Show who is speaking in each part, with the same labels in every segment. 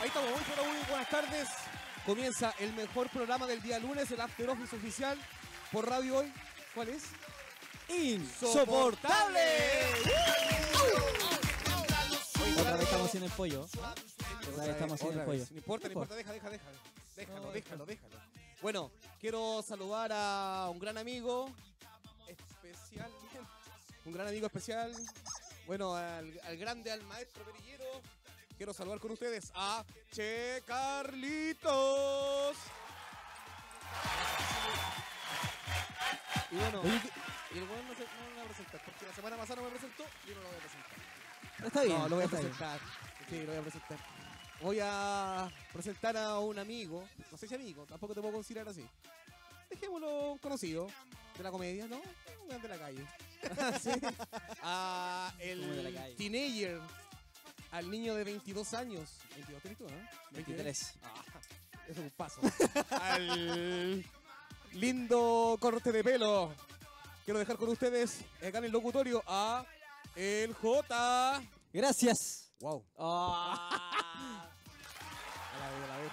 Speaker 1: Ahí estamos, muy pero muy buenas tardes. Comienza el mejor programa del día lunes, el After Office oficial por radio hoy. ¿Cuál es? Insoportable.
Speaker 2: Otra vez estamos haciendo el pollo. Otra vez estamos haciendo
Speaker 1: Otra
Speaker 2: el pollo.
Speaker 1: vez. No importa, no importa, deja, deja, deja. Déjalo, déjalo, déjalo. Bueno, quiero saludar a un gran amigo especial, un gran amigo especial, bueno, al, al grande, al maestro perillero. Quiero saludar con ustedes a Che Carlitos. Y bueno,
Speaker 2: Oye, ¿qué-
Speaker 1: y el weón no, se, no me va a presentar, porque la semana pasada no me presentó y yo no lo voy a presentar.
Speaker 2: Está bien.
Speaker 1: No, lo voy a
Speaker 2: está bien.
Speaker 1: presentar. Sí, lo voy a presentar. Voy a presentar a un amigo, no sé si amigo, tampoco te puedo considerar así. Dejémoslo un conocido de la comedia, ¿no? Un gran de la calle. Sí. A
Speaker 2: Como de
Speaker 1: el
Speaker 2: la calle.
Speaker 1: teenager, al niño de 22 años. 22 tenés tú, ¿no?
Speaker 2: 23.
Speaker 1: Ah, eso es un paso. al lindo corte de pelo. Quiero dejar con ustedes acá en el locutorio a el J.
Speaker 2: Gracias.
Speaker 1: Wow.
Speaker 2: Ah.
Speaker 1: A la, a la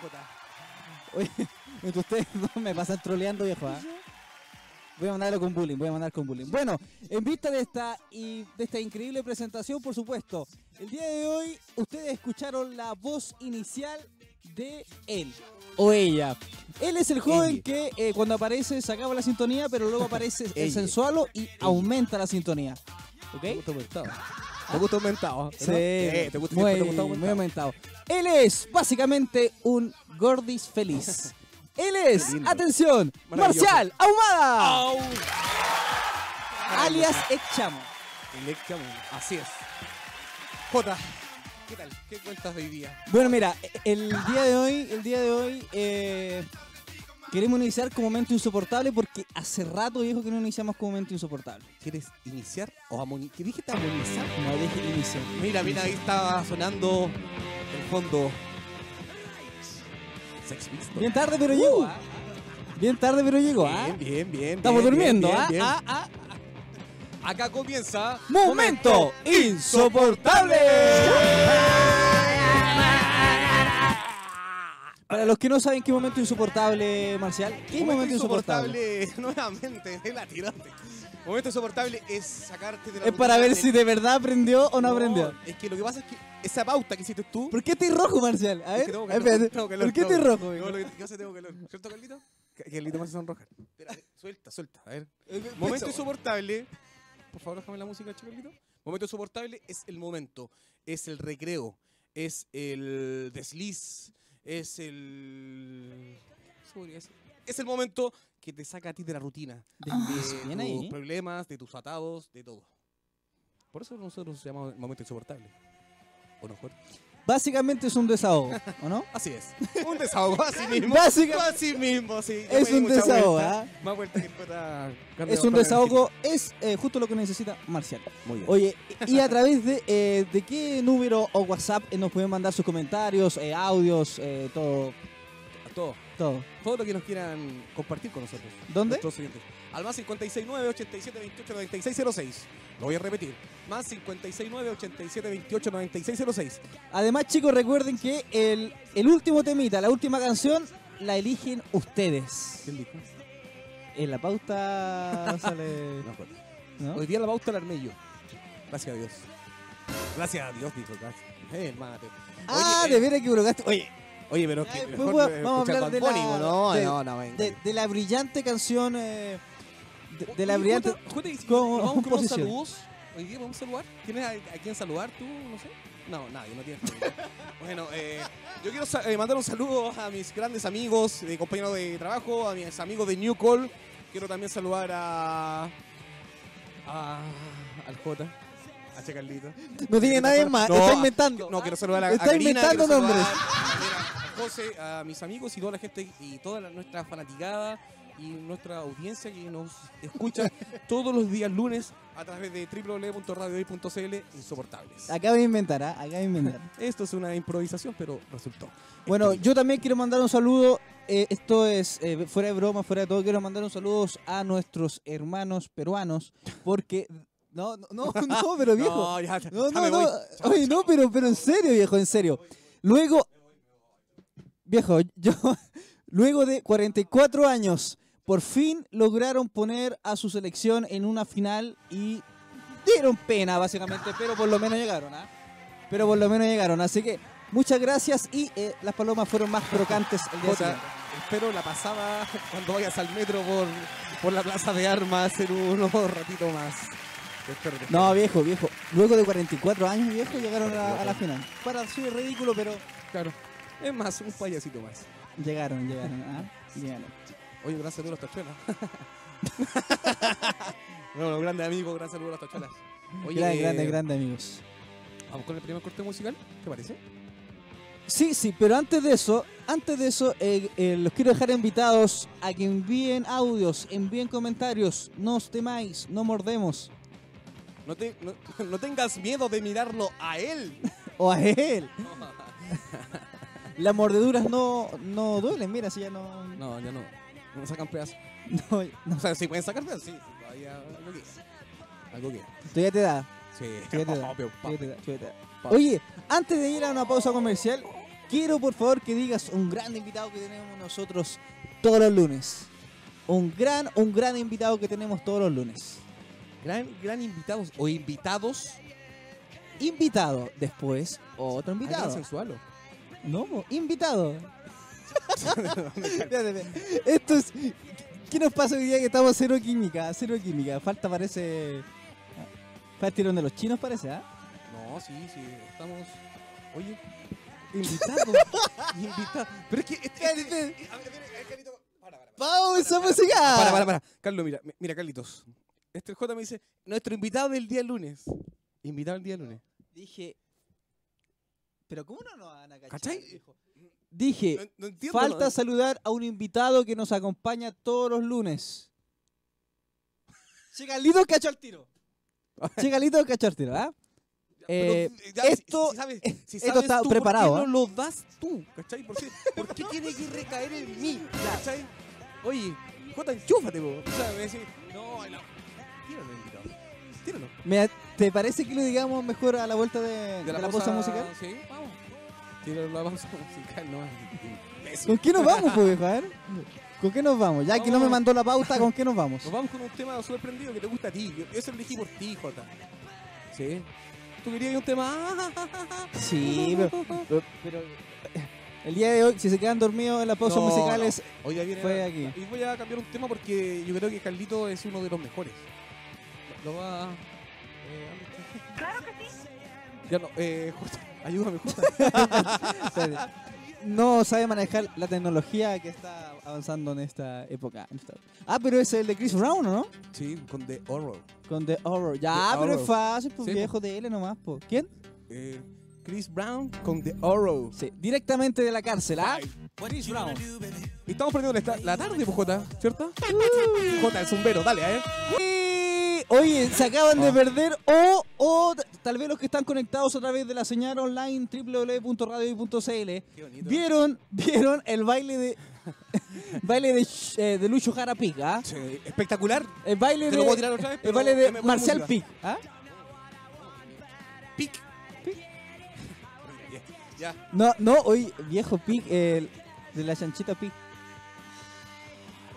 Speaker 1: BJ.
Speaker 2: Oye, entre ustedes dos me pasan troleando, viejo. ¿ah? Voy a mandarlo con bullying, voy a mandar con bullying. Bueno, en vista de esta y de esta increíble presentación, por supuesto, el día de hoy ustedes escucharon la voz inicial de él o ella. Él es el
Speaker 1: Ella.
Speaker 2: joven que eh, cuando aparece se acaba la sintonía, pero luego aparece el
Speaker 1: Ella.
Speaker 2: sensualo y aumenta la sintonía. ¿Ok?
Speaker 1: Te gusta aumentado.
Speaker 2: Sí,
Speaker 1: ¿verdad? Sí, Eh, te gusta
Speaker 2: muy,
Speaker 1: te gusta
Speaker 2: muy
Speaker 1: aumentado.
Speaker 2: aumentado. Él es básicamente un gordis feliz. Él es,
Speaker 1: Lindo.
Speaker 2: atención,
Speaker 1: Maravilloso. Oh,
Speaker 2: Marcial Ahumada,
Speaker 1: Au.
Speaker 2: alias Exchamo.
Speaker 1: Electra Moon. Así es. Jota, ¿qué tal? ¿Qué cuentas hoy día?
Speaker 2: Bueno, mira, el día de hoy, el día de hoy, eh, queremos iniciar con Momento Insoportable porque hace rato dijo que no iniciamos con Momento Insoportable.
Speaker 1: ¿Quieres iniciar o amonizar? ¿Qué dijiste amonizar?
Speaker 2: No, dije inicio.
Speaker 1: Mira, mira, ahí está sonando el fondo. Sex Pistols.
Speaker 2: Bien tarde, pero llegó. ¿ah? Bien tarde, pero llegó. ¿ah?
Speaker 1: Uh. Bien, bien, bien.
Speaker 2: Estamos
Speaker 1: bien,
Speaker 2: durmiendo.
Speaker 1: bien,
Speaker 2: ¿ah?
Speaker 1: bien.
Speaker 2: Ah, ah,
Speaker 1: Acá comienza.
Speaker 2: Momento insoportable. Para los que no saben qué momento insoportable, Marcial, ¿qué momento, insoportable?
Speaker 1: Nuevamente, es la tiraste. Momento insoportable es sacarte de la.
Speaker 2: Es para
Speaker 1: rutina
Speaker 2: ver
Speaker 1: del-
Speaker 2: si de verdad aprendió o no, aprendió.
Speaker 1: Es que lo que pasa es que esa pauta que hiciste tú.
Speaker 2: ¿Por qué estoy rojo, Marcial? A
Speaker 1: es que
Speaker 2: ver,
Speaker 1: tengo calor,
Speaker 2: espérate.
Speaker 1: tengo calor,
Speaker 2: ¿por qué
Speaker 1: tengo
Speaker 2: estoy
Speaker 1: calor.
Speaker 2: rojo?
Speaker 1: No,
Speaker 2: viejo?
Speaker 1: lo que yo sé tengo calor. ¿Cierto, Carlito? Ca- Carlito me hace sonrojar. Espera, eh, suelta, suelta. A ver. Momento insoportable. Por favor, déjame la música, Carlito. Momento insoportable es el momento, es el recreo, es el desliz, es el. ¿Qué se podría decir? Es el momento que te saca a ti de la rutina.
Speaker 2: Desliz,
Speaker 1: de
Speaker 2: bien
Speaker 1: tus
Speaker 2: ahí. ¿eh?
Speaker 1: problemas, de tus atados, de todo. Por eso nosotros se llama momento insoportable. ¿O no, Jorge?
Speaker 2: Básicamente es un desahogo, ¿o no?
Speaker 1: Así es. Un desahogo, así mismo.
Speaker 2: Básicamente
Speaker 1: Así mismo, sí.
Speaker 2: es un desahogo, ¿ah?
Speaker 1: Más vuelta que puta.
Speaker 2: es un desahogo, es eh, justo lo que necesita Marcial.
Speaker 1: Muy bien.
Speaker 2: Oye, y a través de, eh, de qué número o WhatsApp eh, nos pueden mandar sus comentarios, eh, audios, eh, todo,
Speaker 1: A todos.
Speaker 2: todo.
Speaker 1: Todo lo que nos quieran compartir con nosotros.
Speaker 2: ¿Dónde?
Speaker 1: Nuestros oyentes. Al más 569 87 28 96 06. Lo voy a repetir. Más 569 87 28 96 06.
Speaker 2: Además, chicos, recuerden que el, el último temita, la última canción, la eligen ustedes.
Speaker 1: ¿Quién dijo?
Speaker 2: En la pauta sale.
Speaker 1: No me acuerdo.
Speaker 2: ¿no?
Speaker 1: Hoy día la pauta la armé yo. Gracias a Dios. Gracias a Dios, dijo. Gracias. Eh, hermánate.
Speaker 2: Ah,
Speaker 1: Oye,
Speaker 2: de
Speaker 1: eh,
Speaker 2: veras que brocaste. Oye,
Speaker 1: Oye, pero es
Speaker 2: Ay,
Speaker 1: que.
Speaker 2: pues,
Speaker 1: mejor,
Speaker 2: vamos
Speaker 1: eh,
Speaker 2: a
Speaker 1: escuchar
Speaker 2: hablar de
Speaker 1: Bad Bunny,
Speaker 2: la-
Speaker 1: No,
Speaker 2: de-
Speaker 1: no, no, venga.
Speaker 2: de, de la brillante canción. eh, de, de la
Speaker 1: Oye,
Speaker 2: brillante.
Speaker 1: Jota, Jota, y si
Speaker 2: como
Speaker 1: nos vamos con unos
Speaker 2: composición.
Speaker 1: saludos. Hoy día vamos a saludar. ¿Tienes a, a quién saludar tú? No sé. No, nadie, no tienes familia. bueno, eh, yo quiero sa- eh, mandar un saludo a mis grandes amigos, eh, compañeros de trabajo, a mis amigos de New Call. Quiero también saludar a. a al Jota, a Che Carlito.
Speaker 2: No tiene nadie más,
Speaker 1: No,
Speaker 2: está
Speaker 1: a-
Speaker 2: inventando.
Speaker 1: No, quiero saludar a, a
Speaker 2: Está
Speaker 1: Karina,
Speaker 2: inventando
Speaker 1: quiero
Speaker 2: nombres.
Speaker 1: saludar, mira, a José, a mis amigos y toda la gente y toda la- nuestra fanaticada y nuestra audiencia que nos escucha todos los días lunes a través de www.radiohoy.cl insoportables.
Speaker 2: Acaba de inventar, ¿ah? acaba de inventar.
Speaker 1: Esto es una improvisación, pero resultó.
Speaker 2: Bueno, yo también quiero mandar un saludo. eh, esto es eh, fuera de broma, fuera de todo. Quiero mandar un saludo a nuestros hermanos peruanos. Porque. No, no, no, no, pero viejo.
Speaker 1: No, ya, ya
Speaker 2: No, no,
Speaker 1: me
Speaker 2: no.
Speaker 1: voy.
Speaker 2: Oye, no, pero, pero en serio, viejo, en serio. Luego, Viejo, yo, luego de 44 años, por fin lograron poner a su selección en una final y dieron pena, básicamente, pero por lo menos llegaron, ¿ah? Pero por lo menos llegaron, así que muchas gracias y eh, las palomas fueron más crocantes el día
Speaker 1: Jota,
Speaker 2: siguiente.
Speaker 1: espero la pasada cuando vayas al metro por, por la plaza de armas en unos ratito más. Te espero, te espero.
Speaker 2: No, viejo, viejo. Luego de 44 años, viejo, llegaron a, la- a la final. Para, sí, es ridículo, pero
Speaker 1: Claro. Es más, un payasito más.
Speaker 2: llegaron, llegaron, ¿ah? Llegaron.
Speaker 1: Oye, gracias a todos las tachuelas. no, los grandes amigos, gracias a todos las tachuelas. Oye,
Speaker 2: Grande, grande,
Speaker 1: eh,
Speaker 2: grande, amigos.
Speaker 1: Vamos con el primer corte musical, ¿te parece?
Speaker 2: Sí, sí, pero antes de eso, antes de eso, eh, eh, los quiero dejar invitados a que envíen audios, envíen comentarios, no os temáis, no mordemos,
Speaker 1: No, te- no- no tengas miedo de mirarlo a él.
Speaker 2: o a él. Las mordeduras no, no duelen, mira, si ya no...
Speaker 1: No,
Speaker 2: No,
Speaker 1: ya no. No sacan pedazos.
Speaker 2: no,
Speaker 1: O sea, si pueden sacar pedazos, sí. sí, Todavía algo queda. Algo queda.
Speaker 2: todavía te da,
Speaker 1: Sí.
Speaker 2: todavía te da,
Speaker 1: obvio, pa.
Speaker 2: todavía te da, todavía te da.
Speaker 1: pa.
Speaker 2: Oye, antes de ir a una pausa comercial, quiero por favor que digas un gran invitado que tenemos nosotros todos los lunes. Un gran, un gran invitado que tenemos todos los lunes.
Speaker 1: Gran, gran invitados o invitados.
Speaker 2: invitado. Después, otro
Speaker 1: Ay, gran
Speaker 2: invitado.
Speaker 1: sensualo.
Speaker 2: No, po, invitado. Espérate, espérate. Esto es. ¿Qué nos pasa hoy día que estamos cero química? Cero química. Falta parece. Partieron de los chinos, parece, ¿ah?
Speaker 1: No, sí, sí. Estamos. Oye. Invitados. invitados. Pero es que. Este, este- este- a ver, a ver, a ver, Carlito, para, para, para.
Speaker 2: ¡Pausa
Speaker 1: para,
Speaker 2: música!
Speaker 1: Para, para, para. Carlos, mira, mi- mira, Carlitos. Este el J me dice, nuestro invitado del día lunes. Invitado el día lunes.
Speaker 2: Dije. ¿Pero cómo no nos van a cachar?
Speaker 1: ¿Cachai?
Speaker 2: viejo? Dije.
Speaker 1: No, no entiendo.
Speaker 2: Eh, Falta
Speaker 1: ¿no?
Speaker 2: saludar a un invitado que nos acompaña todos los lunes. Chegalito cacho al tiro. Chegalito cacho al tiro, ¿ah?
Speaker 1: Pero,
Speaker 2: Eh,
Speaker 1: eh, ya,
Speaker 2: esto- eh,
Speaker 1: si sabes, si
Speaker 2: esto
Speaker 1: sabes
Speaker 2: está
Speaker 1: tú, ¿por qué
Speaker 2: preparado, ¿eh?
Speaker 1: no lo das tú, ¿cachai? ¿Por qué, por qué tiene que recaer en mí, ¿cachai? Oye, Jota, enchúfate, po. O sea, me decís, no, no. Tíralo, invitado. Tíralo.
Speaker 2: Mira, ¿te parece que lo digamos mejor a la vuelta de, de la, pausa, musical?
Speaker 1: Sí, vamos. Tíralo la pausa musical, no. imbécil.
Speaker 2: ¿Con qué nos vamos, pues, viejo? A ver. ¿Con qué nos vamos? Ya que no me
Speaker 1: Vamos.
Speaker 2: mandó la pauta, ¿con qué nos vamos?
Speaker 1: Nos vamos con un tema sorprendido que te gusta a ti. Yo- Eso lo elegí por ti, Jota. Sí. Tú querías un tema.
Speaker 2: Sí, pero, pero, eh, el día de hoy, si se quedan dormidos en las pausas
Speaker 1: No,
Speaker 2: musicales,
Speaker 1: no. Hoy ya viene
Speaker 2: fue
Speaker 1: la-
Speaker 2: aquí.
Speaker 1: Y voy a cambiar un tema porque yo creo que Carlito es uno de los mejores. Lo va. claro que sí. Ya no, eh, Jota, ayúdame, Jota.
Speaker 2: Espérate. No sabe manejar la tecnología que está avanzando en esta época. En esta- Ah, pero es el de Chris Brown, ¿o ¿no?
Speaker 1: sí, con The Horror.
Speaker 2: Con The Horror. Ya,
Speaker 1: The
Speaker 2: pero
Speaker 1: Horror.
Speaker 2: es fácil, pues
Speaker 1: Sí,
Speaker 2: viejo de él nomás, po. ¿Quién?
Speaker 1: Eh, Chris Brown con The Horror.
Speaker 2: Sí, directamente de la cárcel, ¿ah?
Speaker 1: Ay.
Speaker 2: Chris Brown.
Speaker 1: Y estamos perdiendo la, esta- la tarde, pues, Jota, ¿cierto? Jota, el zumbero, dale, a ver.
Speaker 2: Y- Oye, se acaban de
Speaker 1: Ah.
Speaker 2: perder o, o t- tal vez los que están conectados a través de la señal online www.radio.cl
Speaker 1: Qué bonito.
Speaker 2: vieron vieron el baile de baile de, Sh- eh, de Lucho Jara Pic, ¿ah?
Speaker 1: Sí, espectacular.
Speaker 2: El baile
Speaker 1: Te
Speaker 2: de
Speaker 1: lo puedo tirar otra vez.
Speaker 2: el
Speaker 1: pero
Speaker 2: baile
Speaker 1: que me
Speaker 2: de
Speaker 1: ponga
Speaker 2: Marcial
Speaker 1: música.
Speaker 2: Pic, ¿ah?
Speaker 1: Pic. Ya, ya.
Speaker 2: No, no, hoy viejo Pig, el de la chanchita Pig.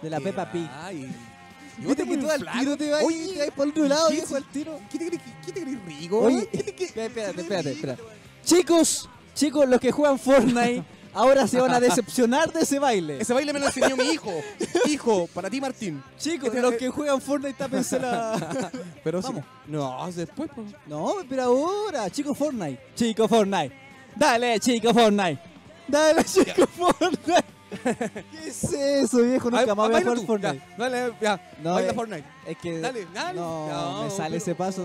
Speaker 2: De la
Speaker 1: Qué
Speaker 2: Pepa Pig.
Speaker 1: Ay.
Speaker 2: Viste que tú al tiro te vas
Speaker 1: Oye,
Speaker 2: te vas por otro lado,
Speaker 1: ¿qué
Speaker 2: viejo,
Speaker 1: es-
Speaker 2: al tiro.
Speaker 1: ¿Qué te crees? ¿Qué te crees, Rigo?
Speaker 2: Oye,
Speaker 1: ¿Qué te crees?
Speaker 2: espérate,
Speaker 1: ¿Qué
Speaker 2: espérate,
Speaker 1: te
Speaker 2: espérate,
Speaker 1: crees,
Speaker 2: espérate.
Speaker 1: Rigo?
Speaker 2: Chicos, chicos, los que juegan Fortnite, ahora se van a decepcionar de ese baile.
Speaker 1: Ese baile me lo enseñó mi hijo. Hijo, para ti, Martín.
Speaker 2: Chicos,
Speaker 1: Este-
Speaker 2: los que juegan Fortnite tápense la...
Speaker 1: Pero
Speaker 2: Vamos.
Speaker 1: sí. No, después, pues.
Speaker 2: No, pero ahora, chicos Fortnite. Chicos Fortnite. Dale, chicos Fortnite. Dale, chicos Fortnite. ¿Qué es eso, viejo?
Speaker 1: Ay,
Speaker 2: Nunca más voy a
Speaker 1: baila
Speaker 2: jugar
Speaker 1: tú,
Speaker 2: Fortnite.
Speaker 1: ya, dale, ya.
Speaker 2: No,
Speaker 1: baila
Speaker 2: eh,
Speaker 1: Fortnite.
Speaker 2: Es que...
Speaker 1: Dale, dale.
Speaker 2: No, me sale ese paso.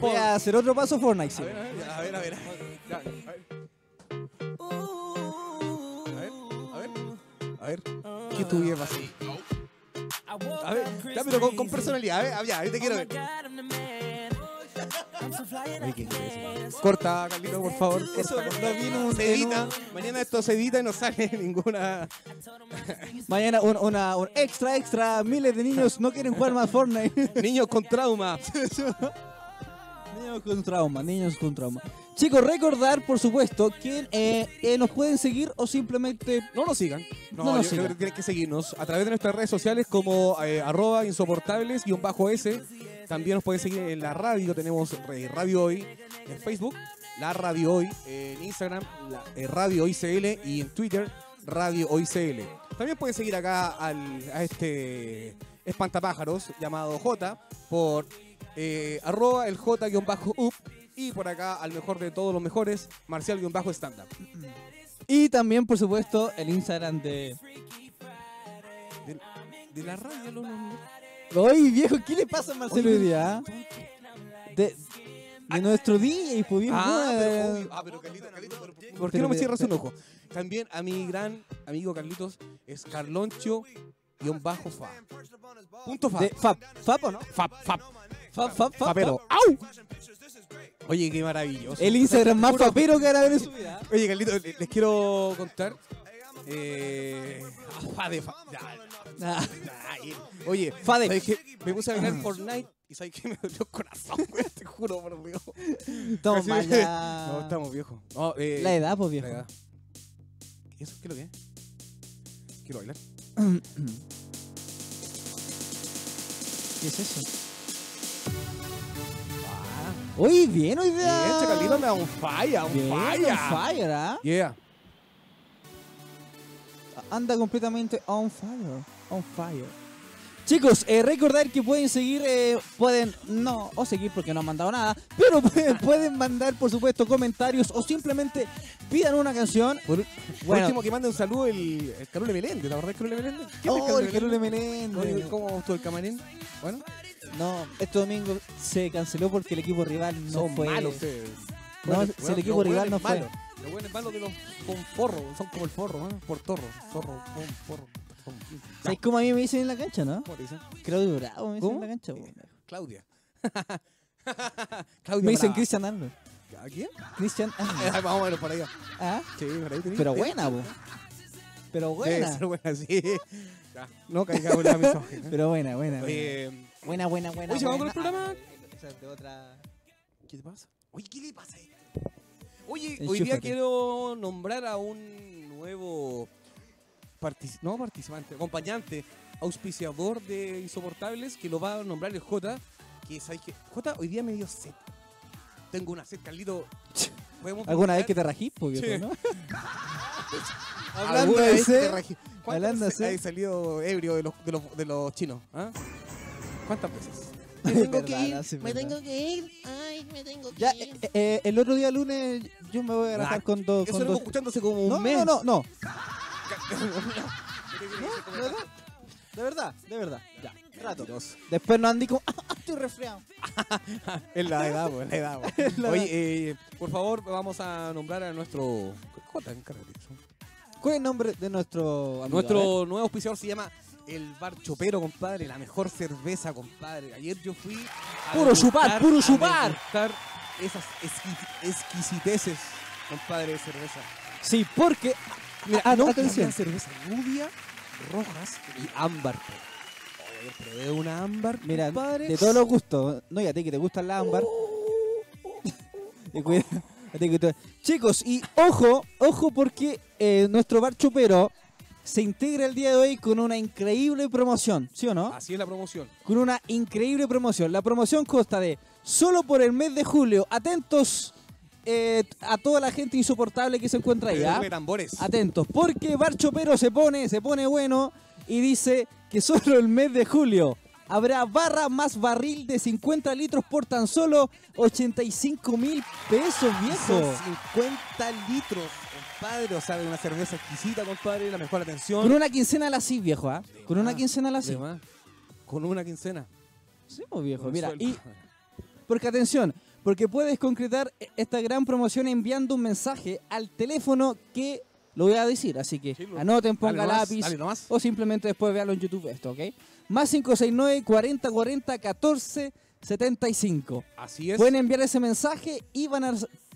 Speaker 2: Voy a hacer otro paso Fortnite, sí.
Speaker 1: A ver, a ver, a ver, a ver. Ya, a ver. A ver, a ver. A ver. ¿Qué tuviera así? A ver, ya, pero con, con personalidad. A ver, ah, ya, ahí te quiero
Speaker 2: Oh
Speaker 1: ver. Corta, Carlito, por favor.
Speaker 2: Eso lo vi en un-
Speaker 1: Se
Speaker 2: en un-
Speaker 1: edita. Mañana esto se edita y no sale ninguna.
Speaker 2: Mañana un, una, un extra, extra. Miles de niños no quieren jugar más Fortnite.
Speaker 1: Niños con trauma.
Speaker 2: Niños con trauma, niños con trauma. Chicos, recordar, por supuesto, que eh, eh, nos pueden seguir o simplemente
Speaker 1: No nos sigan. No,
Speaker 2: No nos
Speaker 1: yo
Speaker 2: sigan.
Speaker 1: creo que tienen que seguirnos a través de nuestras redes sociales como eh, arroba insoportables guión bajo S. También nos pueden seguir en la radio. Tenemos eh, Radio Hoy en Facebook, la Radio Hoy eh, en Instagram, la, eh, Radio Hoy CL y en Twitter, Radio Hoy CL. También pueden seguir acá al, a este espantapájaros llamado J por eh, arroba el J guión bajo up y por acá al mejor de todos los mejores, Marcial guión bajo stand up.
Speaker 2: Y también, por supuesto, el Instagram de...
Speaker 1: De la radio, Lolo.
Speaker 2: ¡Ay, viejo! ¿Qué le pasa a Marcelo
Speaker 1: Oye,
Speaker 2: hoy día? ah? De, de nuestro DJ, pues viejo.
Speaker 1: Ah, pero,
Speaker 2: eh,
Speaker 1: obvio. Ah, pero Carlito, Carlito, ¿por, por- por qué
Speaker 2: Pero
Speaker 1: no me
Speaker 2: me-
Speaker 1: cierras un
Speaker 2: pero-
Speaker 1: ojo? También a mi gran amigo Carlitos es Carloncho guión bajo fa. Punto fa.
Speaker 2: de Fab. ¿Fab o no?
Speaker 1: Fab, fab,
Speaker 2: Fab, Fab, Fab.
Speaker 1: fapero.
Speaker 2: Fab.
Speaker 1: ¡Au! Oye, qué maravilloso.
Speaker 2: El Instagram más
Speaker 1: Juro-
Speaker 2: papero que era en su vida.
Speaker 1: Oye, Carlito, le- les quiero contar. Eh, ah, fa de fa. ya, ya,
Speaker 2: Ah,
Speaker 1: ya, ya. Oye,
Speaker 2: Fa de-
Speaker 1: ¿sabes qué? me puse a bailar Fortnite y sabes que me dolió el corazón, güey, te juro, por Dios.
Speaker 2: Toma
Speaker 1: Así-
Speaker 2: ya.
Speaker 1: No, estamos viejos. No, eh,
Speaker 2: La edad, pues viejo.
Speaker 1: La edad. ¿Y eso qué es lo que es? Quiero bailar.
Speaker 2: ¿Qué es eso? Oye, bien hoy día.
Speaker 1: Ah. Bien, Chacalito me on fire, on
Speaker 2: Bien,
Speaker 1: fire.
Speaker 2: on fire, ¿ah?
Speaker 1: Yeah.
Speaker 2: anda completamente on fire, on fire. Chicos, eh, recordar que pueden seguir, eh, pueden no, o seguir porque no han mandado nada, pero pueden, pueden mandar, por supuesto, comentarios o simplemente pidan una canción.
Speaker 1: Por,
Speaker 2: Bueno.
Speaker 1: último, que mande un saludo el, el Carole Melende. ¿Te acordás de Carole Melende? ¿Quién es
Speaker 2: Oh, el Carole Menéndez.
Speaker 1: Oye, ¿Cómo estuvo el camarín? Bueno,
Speaker 2: No, este domingo se canceló porque el equipo rival no
Speaker 1: son
Speaker 2: fue.
Speaker 1: malos eh. ustedes.
Speaker 2: No,
Speaker 1: Bueno,
Speaker 2: si el
Speaker 1: bueno,
Speaker 2: equipo
Speaker 1: los
Speaker 2: rival no
Speaker 1: buenos
Speaker 2: fue.
Speaker 1: malos. Los buenos malos de los con forro, son como el forro, ¿eh? por torro, zorro, con forro. Con,
Speaker 2: ¿Sabes cómo a mí me dicen en la cancha, no?
Speaker 1: ¿Cómo te dicen?
Speaker 2: Claudio Bravo me dicen
Speaker 1: ¿Cómo?
Speaker 2: en la cancha. po.
Speaker 1: Claudia. Claudia
Speaker 2: Oh, Me dicen
Speaker 1: Brava.
Speaker 2: Cristian Arnold.
Speaker 1: ¿A quién?
Speaker 2: Cristian
Speaker 1: Más
Speaker 2: Arnold.
Speaker 1: o menos por allá.
Speaker 2: Ah,
Speaker 1: Sí, por ahí tenés.
Speaker 2: pero
Speaker 1: Eh,
Speaker 2: buena, po. Pero
Speaker 1: Debe
Speaker 2: buena.
Speaker 1: ser buena, sí. Ya, no caigamos en la misógina.
Speaker 2: Pero buena, buena. buena.
Speaker 1: Oye,
Speaker 2: Buena, buena, buena.
Speaker 1: oye, ¿se vamos con el
Speaker 2: buena.
Speaker 1: programa?
Speaker 2: Esa es de otra.
Speaker 1: ¿Qué te pasa? Oye, ¿qué le pasa a este? Oye, hoy
Speaker 2: Enchúfate.
Speaker 1: día quiero nombrar a un nuevo partici- no participante, acompañante, auspiciador de Insoportables, que lo va a nombrar el J, que sabes que J hoy día me dio sed. Tengo una sed, Carlito. ¿Podemos
Speaker 2: ¿Alguna vez que
Speaker 1: brindar?
Speaker 2: te rajís, po, viejo,
Speaker 1: Sí.
Speaker 2: no?
Speaker 1: Hablando de
Speaker 2: sed,
Speaker 1: sed, ¿Cuántas
Speaker 2: hablando de
Speaker 1: veces
Speaker 2: sed.
Speaker 1: has salido ebrio de los, de los, de los chinos? ¿ah? ¿Cuántas veces?
Speaker 2: Es verdad, no, sí, es
Speaker 3: Me
Speaker 2: verdad.
Speaker 3: tengo que ir. Ay, me tengo que
Speaker 2: Ya,
Speaker 3: ir.
Speaker 2: eh, eh, el otro día lunes yo me voy a rajar
Speaker 1: Nah,
Speaker 2: con dos.
Speaker 1: Ah, Eso
Speaker 2: con
Speaker 1: lo
Speaker 2: dos-
Speaker 1: escuchándose como un
Speaker 2: No,
Speaker 1: mes.
Speaker 2: no, no, no. No, de verdad. De verdad, de verdad. Ya, rato. Después nos andí como, ah, estoy resfriado.
Speaker 1: Es la edad, pues, la edad. pues.
Speaker 2: la edad.
Speaker 1: Oye, eh, por favor, vamos a nombrar a nuestro... J, encárgate.
Speaker 2: ¿Cuál es el nombre de nuestro amigo?
Speaker 1: Nuestro
Speaker 2: A ver.
Speaker 1: nuevo auspiciador se llama El Bar Chopero, compadre. La mejor cerveza, compadre. Ayer yo fui a
Speaker 2: Puro chupar,
Speaker 1: degustar-
Speaker 2: puro
Speaker 1: a
Speaker 2: chupar.
Speaker 1: degustar esas exqui- exquisiteces, compadre, de cerveza.
Speaker 2: Sí, porque.
Speaker 1: Mira,
Speaker 2: Ah,
Speaker 1: no,
Speaker 2: atención.
Speaker 1: había cerveza rubia, rojas y ámbar. po. Oye, ayer probé una ámbar,
Speaker 2: Mira,
Speaker 1: compadre.
Speaker 2: de todos los gustos. No, y a ti que te gustan las ámbar. Y cuida- a ti que te- Chicos, y ojo, ojo porque eh, nuestro bar chupero se integra el día de hoy con una increíble promoción, ¿sí o no?
Speaker 1: Así es la promoción.
Speaker 2: Con una increíble promoción. La promoción consta de solo por el mes de julio. Atentos eh, a toda la gente insoportable que se encuentra ahí. ¿ah?
Speaker 1: Redoble de tambores.
Speaker 2: Atentos, porque Bar Chopero se pone, se pone bueno y dice que solo el mes de julio habrá barra más barril de 50 litros por tan solo 85 mil pesos, viejo.
Speaker 1: Son 50 litros, compadre. O sea, de una cerveza exquisita, compadre. La mejor atención.
Speaker 2: Con una quincena a la sí, viejo, ¿ah?
Speaker 1: De
Speaker 2: Con una
Speaker 1: más,
Speaker 2: quincena a la sí.
Speaker 1: de más. Con una quincena.
Speaker 2: Sí, pues, viejo,
Speaker 1: Con
Speaker 2: mira.
Speaker 1: sueldo.
Speaker 2: Y porque atención, porque puedes concretar e- esta gran promoción enviando un mensaje al teléfono que lo voy a decir, así que
Speaker 1: Sí, lo-
Speaker 2: anoten, ponga
Speaker 1: Dale nomás,
Speaker 2: lápiz,
Speaker 1: Dale nomás.
Speaker 2: O simplemente después véalo en YouTube esto, ¿ok? Más 569 40 40 14 75.
Speaker 1: Así es.
Speaker 2: Pueden enviar ese mensaje y van a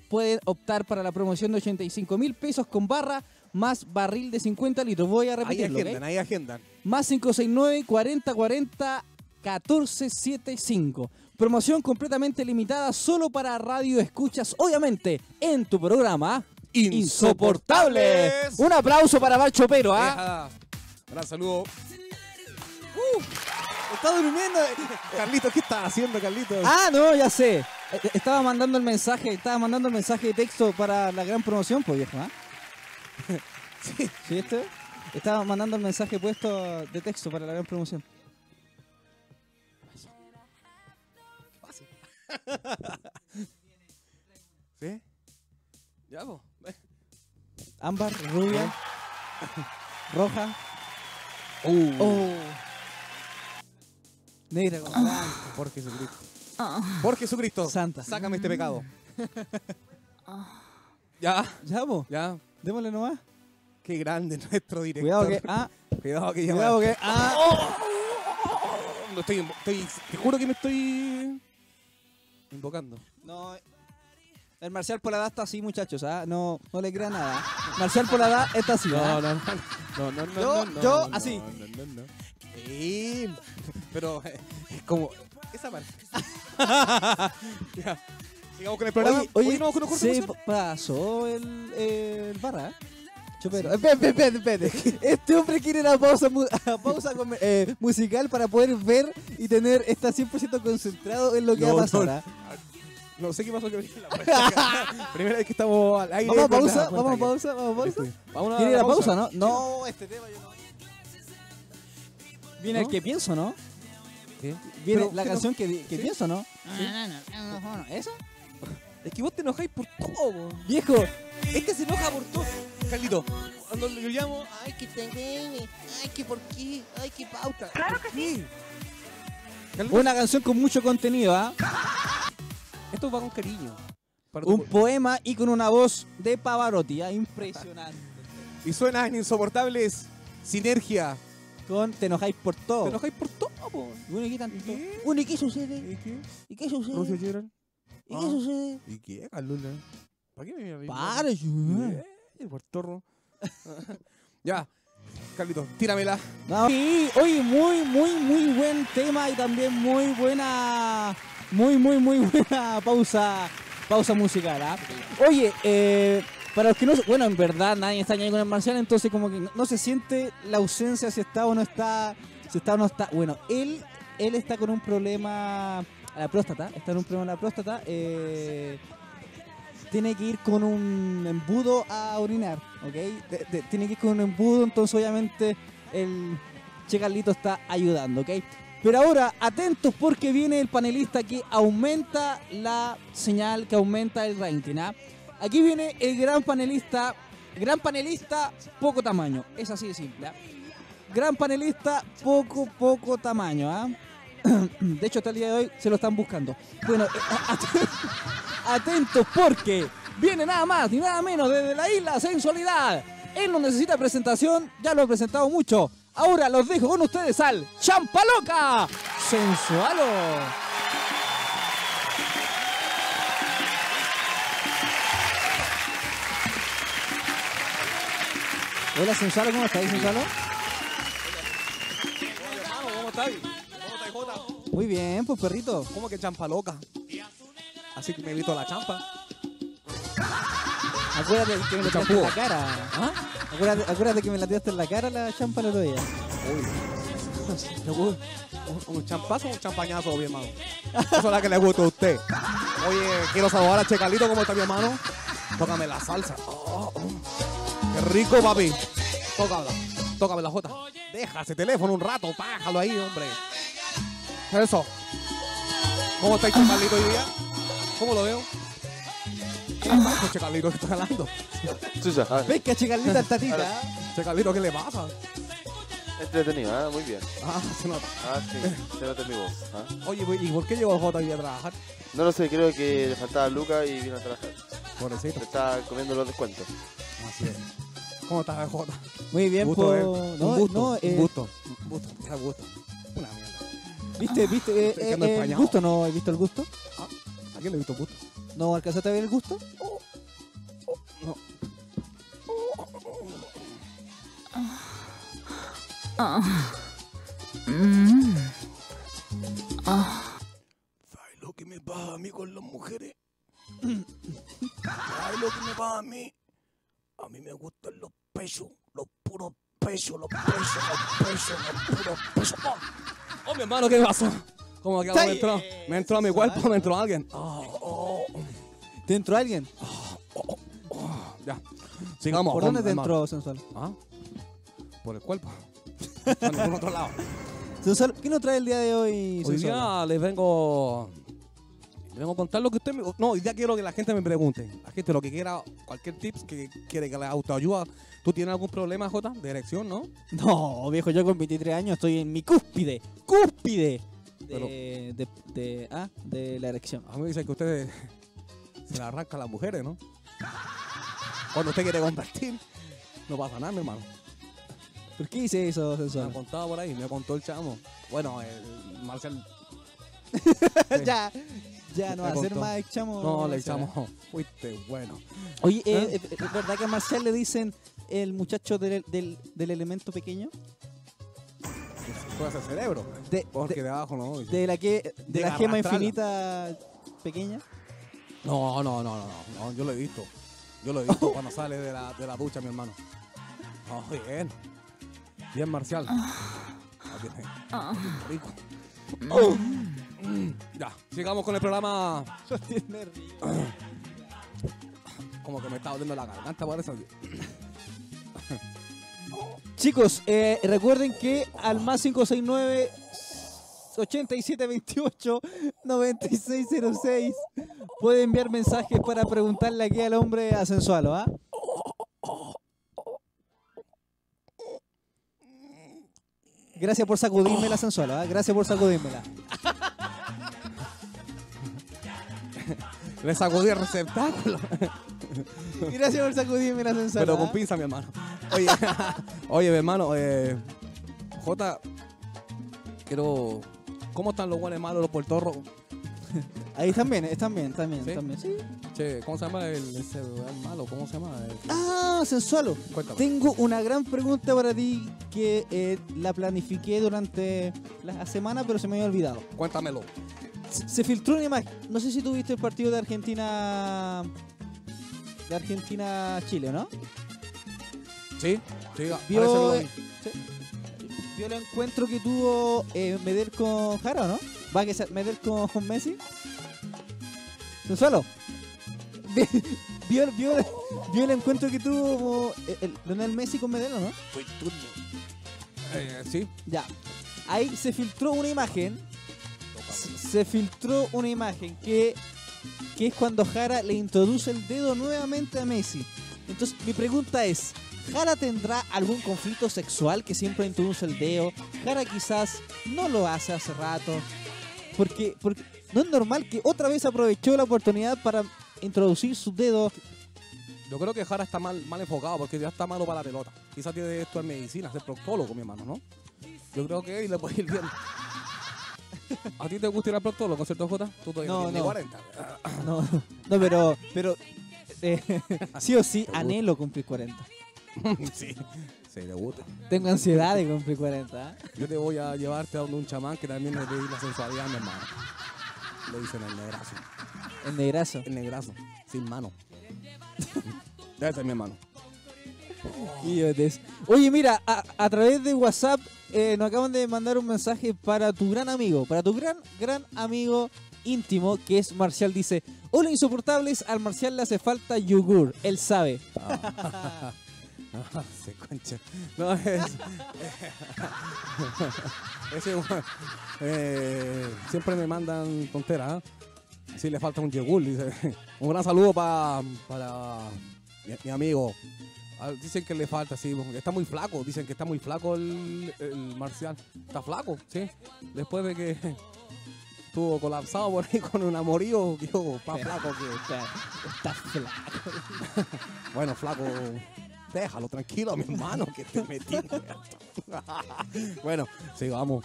Speaker 2: pueden optar para la promoción de 85 mil pesos con barra más barril de 50 litros. Voy a
Speaker 1: ahí
Speaker 2: repetirlo,
Speaker 1: agendan,
Speaker 2: ¿ok?
Speaker 1: ahí agendan.
Speaker 2: Más 569 40 40 14 75. Promoción completamente limitada solo para radio escuchas, obviamente, en tu programa. Insoportable.
Speaker 1: Insoportables.
Speaker 2: Un aplauso para Barcho Pero, ¿ah?
Speaker 1: Ah, gran saludo. Uh,
Speaker 2: Está durmiendo.
Speaker 1: Carlitos, ¿qué estás haciendo, Carlitos?
Speaker 2: Ah, no, ya sé. Eh, eh, Estaba mandando el mensaje, estaba mandando el mensaje de texto para la gran promoción, pues viejo, ¿ah?
Speaker 1: Sí.
Speaker 2: ¿Sí esto? Estaba mandando el mensaje puesto de texto para la gran promoción.
Speaker 1: ¿Sí? Ya, po. Eh.
Speaker 2: Ámbar, rubia, roja, oh, negra con blanco.
Speaker 1: Por Jesucristo. Por Jesucristo.
Speaker 2: Santa.
Speaker 1: Sácame este pecado. ya,
Speaker 2: Ya, po,
Speaker 1: ya.
Speaker 2: démosle nomás.
Speaker 1: Qué grande nuestro director.
Speaker 2: Cuidado que. Ah,
Speaker 1: Cuidado que llama-
Speaker 2: cuidado que. Ah,
Speaker 1: No, estoy, estoy- te juro que me estoy invocando.
Speaker 2: no. El Marcial Poladá está así, muchachos, ¿ah? No, no le crea nada. Marcial Poladá está así,
Speaker 1: no,
Speaker 2: ¿ah?
Speaker 1: no, no, no, no,
Speaker 2: Yo-
Speaker 1: no,
Speaker 2: yo,
Speaker 1: no,
Speaker 2: así.
Speaker 1: no, no, no. Sí, pero eh, es como esa parte. ya. Sigamos con el programa.
Speaker 2: Oye, oye,
Speaker 1: no, con los cortes
Speaker 2: se
Speaker 1: musicales.
Speaker 2: pasó el, eh, el barra. Chopero. Espérate, espérate, espérate. Este hombre quiere la pausa, mu- la pausa com- eh, musical para poder ver y tener estar 100% concentrado en lo que
Speaker 1: No,
Speaker 2: va a pasar.
Speaker 1: no.
Speaker 2: ¿ah?
Speaker 1: No sé qué pasó que abrí la puerta. Primera vez que estamos al aire.
Speaker 2: Vamos a
Speaker 1: con la
Speaker 2: pausa,
Speaker 1: cuenta
Speaker 2: vamos a
Speaker 1: aquí.
Speaker 2: pausa, vamos a pausa.
Speaker 1: Estoy. Vamos a
Speaker 2: ¿Quiere ir a pausa, no? No, este tema yo no. Viene
Speaker 1: ¿No?
Speaker 2: el que pienso, ¿no?
Speaker 1: ¿Qué?
Speaker 2: Viene
Speaker 1: Pero,
Speaker 2: la
Speaker 1: ¿qué
Speaker 2: canción que, que
Speaker 1: Sí.
Speaker 2: pienso, ¿no?
Speaker 3: Ah,
Speaker 2: Ah,
Speaker 3: ¿Eso?
Speaker 1: Es que vos te enojáis por todo, vos.
Speaker 2: Viejo,
Speaker 1: Este se enoja por todo. Carlito, cuando lo llamo,
Speaker 3: Ay, que te engañe. Ay, que por qué. Ay, que pauta.
Speaker 1: Claro que sí.
Speaker 2: una canción con mucho contenido, ¿ah?
Speaker 1: Esto va con cariño. Para
Speaker 2: Un
Speaker 1: tu-
Speaker 2: poema y con una voz de Pavarotti, ¿ah? impresionante.
Speaker 1: y suena en Insoportables Sinergia.
Speaker 2: Con Te enojáis por
Speaker 1: Te
Speaker 2: todo.
Speaker 1: enojáis por todo, po.
Speaker 2: Bueno, ¿y qué tanto?
Speaker 1: ¿Qué?
Speaker 3: Bueno, ¿y qué sucede?
Speaker 1: ¿Y qué?
Speaker 3: ¿Y qué sucede?
Speaker 1: Gerald?
Speaker 3: ¿Y
Speaker 1: Ah.
Speaker 3: qué sucede?
Speaker 1: ¿Y qué, Carlula? ¿Para qué me voy a reír?
Speaker 2: Para, yo.
Speaker 1: Eh, por torro. ya, Carlito, tíramela.
Speaker 2: No. Sí, oye, muy, muy, muy buen tema y también muy buena, muy, muy, muy buena pausa, pausa musical, ¿ah? Oye, eh, para los que no, bueno, en verdad nadie está ahí con el marcial, entonces como que no, no se siente la ausencia si está o no está, si está o no está. Bueno, él, él está con un problema a la próstata, está en un problema a la próstata, eh, tiene que ir con un embudo a orinar, ¿ok? De- de- tiene que ir con un embudo, entonces obviamente el Che Carlito está ayudando, ¿ok? Pero ahora, atentos porque viene el panelista que aumenta la señal, que aumenta el ranking, ¿ah? Aquí viene el gran panelista, gran panelista, poco tamaño, es así de simple, ¿ah? Gran panelista, poco, poco tamaño, ¿ah? De hecho, hasta el día de hoy se lo están buscando. Bueno, eh, at- atentos porque viene nada más ni nada menos desde la isla Sensualidad. Él no necesita presentación, ya lo he presentado mucho. Ahora los dejo con ustedes al Champaloca Sensualo. Hola Sensualo, ¿cómo estáis Sensualo?
Speaker 1: ¿Cómo estás? ¿Cómo estás, Jota?
Speaker 2: Muy bien, pues perrito.
Speaker 1: ¿Cómo que champa loca? Así que me grito la champa.
Speaker 2: Acuérdate que me la tiraste en
Speaker 1: Champú. ¿Ah?
Speaker 2: la cara. Acuérdate, acuérdate que me la tiraste en la cara la champa la día.
Speaker 1: Un, un champazo o un champañazo, mi hermano. Eso es la que le gusta a usted. Oye, quiero saludar a Checalito, ¿cómo está mi hermano? Tócame la salsa. Oh, oh. Qué rico, papi. Tócala. Tócame la jota. Deja ese teléfono un rato, pájalo ahí, hombre. Eso. ¿Cómo está el Checalito hoy día? ¿Cómo lo veo? ¿Qué le pasa, Checalito? ¿Qué está ganando?
Speaker 4: Chucha, ah,
Speaker 2: Pesca chicalita al tatita.
Speaker 1: Checalito, ¿qué le pasa?
Speaker 4: entretenido, ah, muy bien.
Speaker 1: Ah, se nota.
Speaker 4: Ah, sí, se nota en mi voz. ah.
Speaker 1: Oye, ¿y por qué llegó Jota hoy día a trabajar?
Speaker 4: No lo sé, creo que le faltaba Luca y vino a trabajar.
Speaker 1: Pobrecito.
Speaker 4: Le estaba comiendo los descuentos.
Speaker 1: Así es. ¿Cómo estás, Jota?
Speaker 2: Muy bien,
Speaker 1: Gusto,
Speaker 2: po.
Speaker 1: eh.
Speaker 2: No,
Speaker 1: un gusto,
Speaker 2: no, eh,
Speaker 1: un gusto, un gusto, era gusto. Una mierda.
Speaker 2: Viste, viste, eh,
Speaker 1: Estoy
Speaker 2: eh,
Speaker 1: quedando
Speaker 2: eh, el
Speaker 1: empañado.
Speaker 2: gusto no, ¿has visto el gusto?
Speaker 1: ¿A quién le he visto gusto?
Speaker 2: ¿No alcanzaste a ver el gusto?
Speaker 1: Fire lo que me va a mí. A mí me gustan los pesos, los puros pesos, los pesos, los pesos, los puros pesos. ¡Oh! ¡Oh, mi hermano, qué pasó! ¿Cómo que me entró? Me entró a mi cuerpo, me entró alguien. Oh, oh,
Speaker 2: ¿Te entró alguien?
Speaker 1: oh. Ya. Sigamos.
Speaker 2: ¿Por
Speaker 1: vamos,
Speaker 2: dónde te
Speaker 1: hermano.
Speaker 2: entró Sensual?
Speaker 1: ¿Ah? Por el cuerpo. Por ningún otro lado.
Speaker 2: Sensual, ¿qué nos trae el día de hoy,
Speaker 1: Hoy
Speaker 2: Sensual?
Speaker 1: día les vengo. Les vengo a contar lo que usted me. No, hoy día quiero que la gente me pregunte. La gente lo que quiera, cualquier tips que quiere que la autoayuda. ¿Tú tienes algún problema, Jota? De erección, ¿no?
Speaker 2: No, viejo, yo con 23 años estoy en mi cúspide. ¡Cúspide! De,
Speaker 1: Pero-
Speaker 2: de, de- ah, de la erección.
Speaker 1: A mí me dicen que ustedes se la arrancan las mujeres, ¿no? Cuando usted quiere compartir, no pasa nada, mi hermano.
Speaker 2: ¿Por qué hice eso,
Speaker 1: Me han
Speaker 2: Sensual?
Speaker 1: contado por ahí, me contó el chamo. Bueno, el Marcial.
Speaker 2: ya, ya, no va
Speaker 1: Te
Speaker 2: a ser
Speaker 1: contó.
Speaker 2: más chamo.
Speaker 1: No, le
Speaker 2: Marcial.
Speaker 1: echamos. Fuiste bueno.
Speaker 2: Oye, eh,
Speaker 1: ¿Eh?
Speaker 2: eh, ¿es verdad que a Marcial le dicen el muchacho del, del, del elemento pequeño?
Speaker 1: Tú haces cerebro.
Speaker 2: De,
Speaker 1: Porque
Speaker 2: de-
Speaker 1: de abajo no. dice.
Speaker 2: de la, que, de
Speaker 1: Llega
Speaker 2: la
Speaker 1: a
Speaker 2: gema infinita
Speaker 1: arrastrarla.
Speaker 2: pequeña.
Speaker 1: No, no, no, no, no, no, yo lo he visto. Yo lo he visto cuando sale de la, de la ducha, mi hermano. No, bien. Bien, Marcial. Ah, bien, bien, rico. Mm, Ya, sigamos con el programa. Como que me está doliendo la garganta, parece.
Speaker 2: Chicos, eh, recuerden que al más 569 8728 9606 puede enviar mensajes para preguntarle aquí al hombre a Sensualo, ¿ah? Gracias por sacudírmela, Sensualo, ¿ah? Gracias por sacudírmela.
Speaker 1: Le sacudí el receptáculo.
Speaker 2: Gracias por sacudírmela, Sensualo.
Speaker 1: Pero
Speaker 2: ¿ah?
Speaker 1: con pinza, mi hermano. Oye, oye mi hermano, eh, J, quiero. ¿Cómo están los guanes malos, los puertorros?
Speaker 2: Ahí también, están bien, están bien,
Speaker 1: ¿Sí?
Speaker 2: están bien. Sí.
Speaker 1: Che, ¿cómo se llama el, ese weón malo? ¿Cómo se llama? El-
Speaker 2: Ah, Sensualo.
Speaker 1: Cuéntame.
Speaker 2: Tengo una gran pregunta para ti que eh, la planifiqué durante la semana, pero se me había olvidado.
Speaker 1: Cuéntamelo.
Speaker 2: Se, se filtró una imagen. No sé si tuviste el partido de Argentina. De Argentina-Chile, ¿no?
Speaker 1: ¿Sí? eh, Sí,
Speaker 2: Vio-
Speaker 1: parece que lo vi.
Speaker 2: Vio el encuentro que tuvo eh, Medel con Jara, ¿o ¿no? Va que sea Medel con, con Messi. Sensualo. Vi- Vio, vio, vio el encuentro que tuvo eh, el Lionel Messi con Medel, ¿o ¿no?
Speaker 1: Eh, sí.
Speaker 2: Ya. Ahí se filtró una imagen. Se se filtró una imagen que, que es cuando Jara le introduce el dedo nuevamente a Messi. Entonces, mi pregunta es: ¿Jara tendrá algún conflicto sexual que siempre introduce el dedo? ¿Jara quizás no lo hace hace rato? Porque, porque no es normal que otra vez aprovechó la oportunidad para introducir su dedo.
Speaker 1: Yo creo que Jara está mal, mal enfocado porque ya está malo para la pelota. Quizás tiene esto en medicina, ser proctólogo, mi hermano, ¿no? Yo creo que ahí le puede ir bien. ¿A ti te gusta ir al proctólogo, cierto, Jota? Tú todavía
Speaker 2: No,
Speaker 1: tienes
Speaker 2: no.
Speaker 1: 40.
Speaker 2: No, no pero, pero eh, sí o sí, anhelo cumplir 40.
Speaker 1: sí. Sí, le gusta.
Speaker 2: Tengo ansiedad de cumplir 40. ¿eh?
Speaker 1: Yo te voy a llevarte a donde un chamán que también le di la sensualidad, mi hermano. Le dicen el negrazo.
Speaker 2: El negrazo.
Speaker 1: El negrazo. Sin mano. Debe ser mi hermano.
Speaker 2: Idiotes. Oye, mira, a, a través de WhatsApp eh, nos acaban de mandar un mensaje para tu gran amigo, para tu gran, gran amigo íntimo, que es Marcial. Dice, hola insoportables, al Marcial le hace falta yogur, él sabe.
Speaker 1: Ah, se concha. No, es. ese weón, eh, siempre me mandan tonteras. Si le falta un yegul, dice. Un gran saludo pa- para mi, mi amigo. Ah, Dicen que le falta, sí. Está muy flaco. Dicen que está muy flaco el, el marcial. Está flaco, sí. Después de que estuvo colapsado por ahí con un amorío, dijo, pa' flaco que.
Speaker 2: Está, está flaco.
Speaker 1: Bueno, flaco, déjalo tranquilo, mi hermano, que te metí. bueno, sigamos.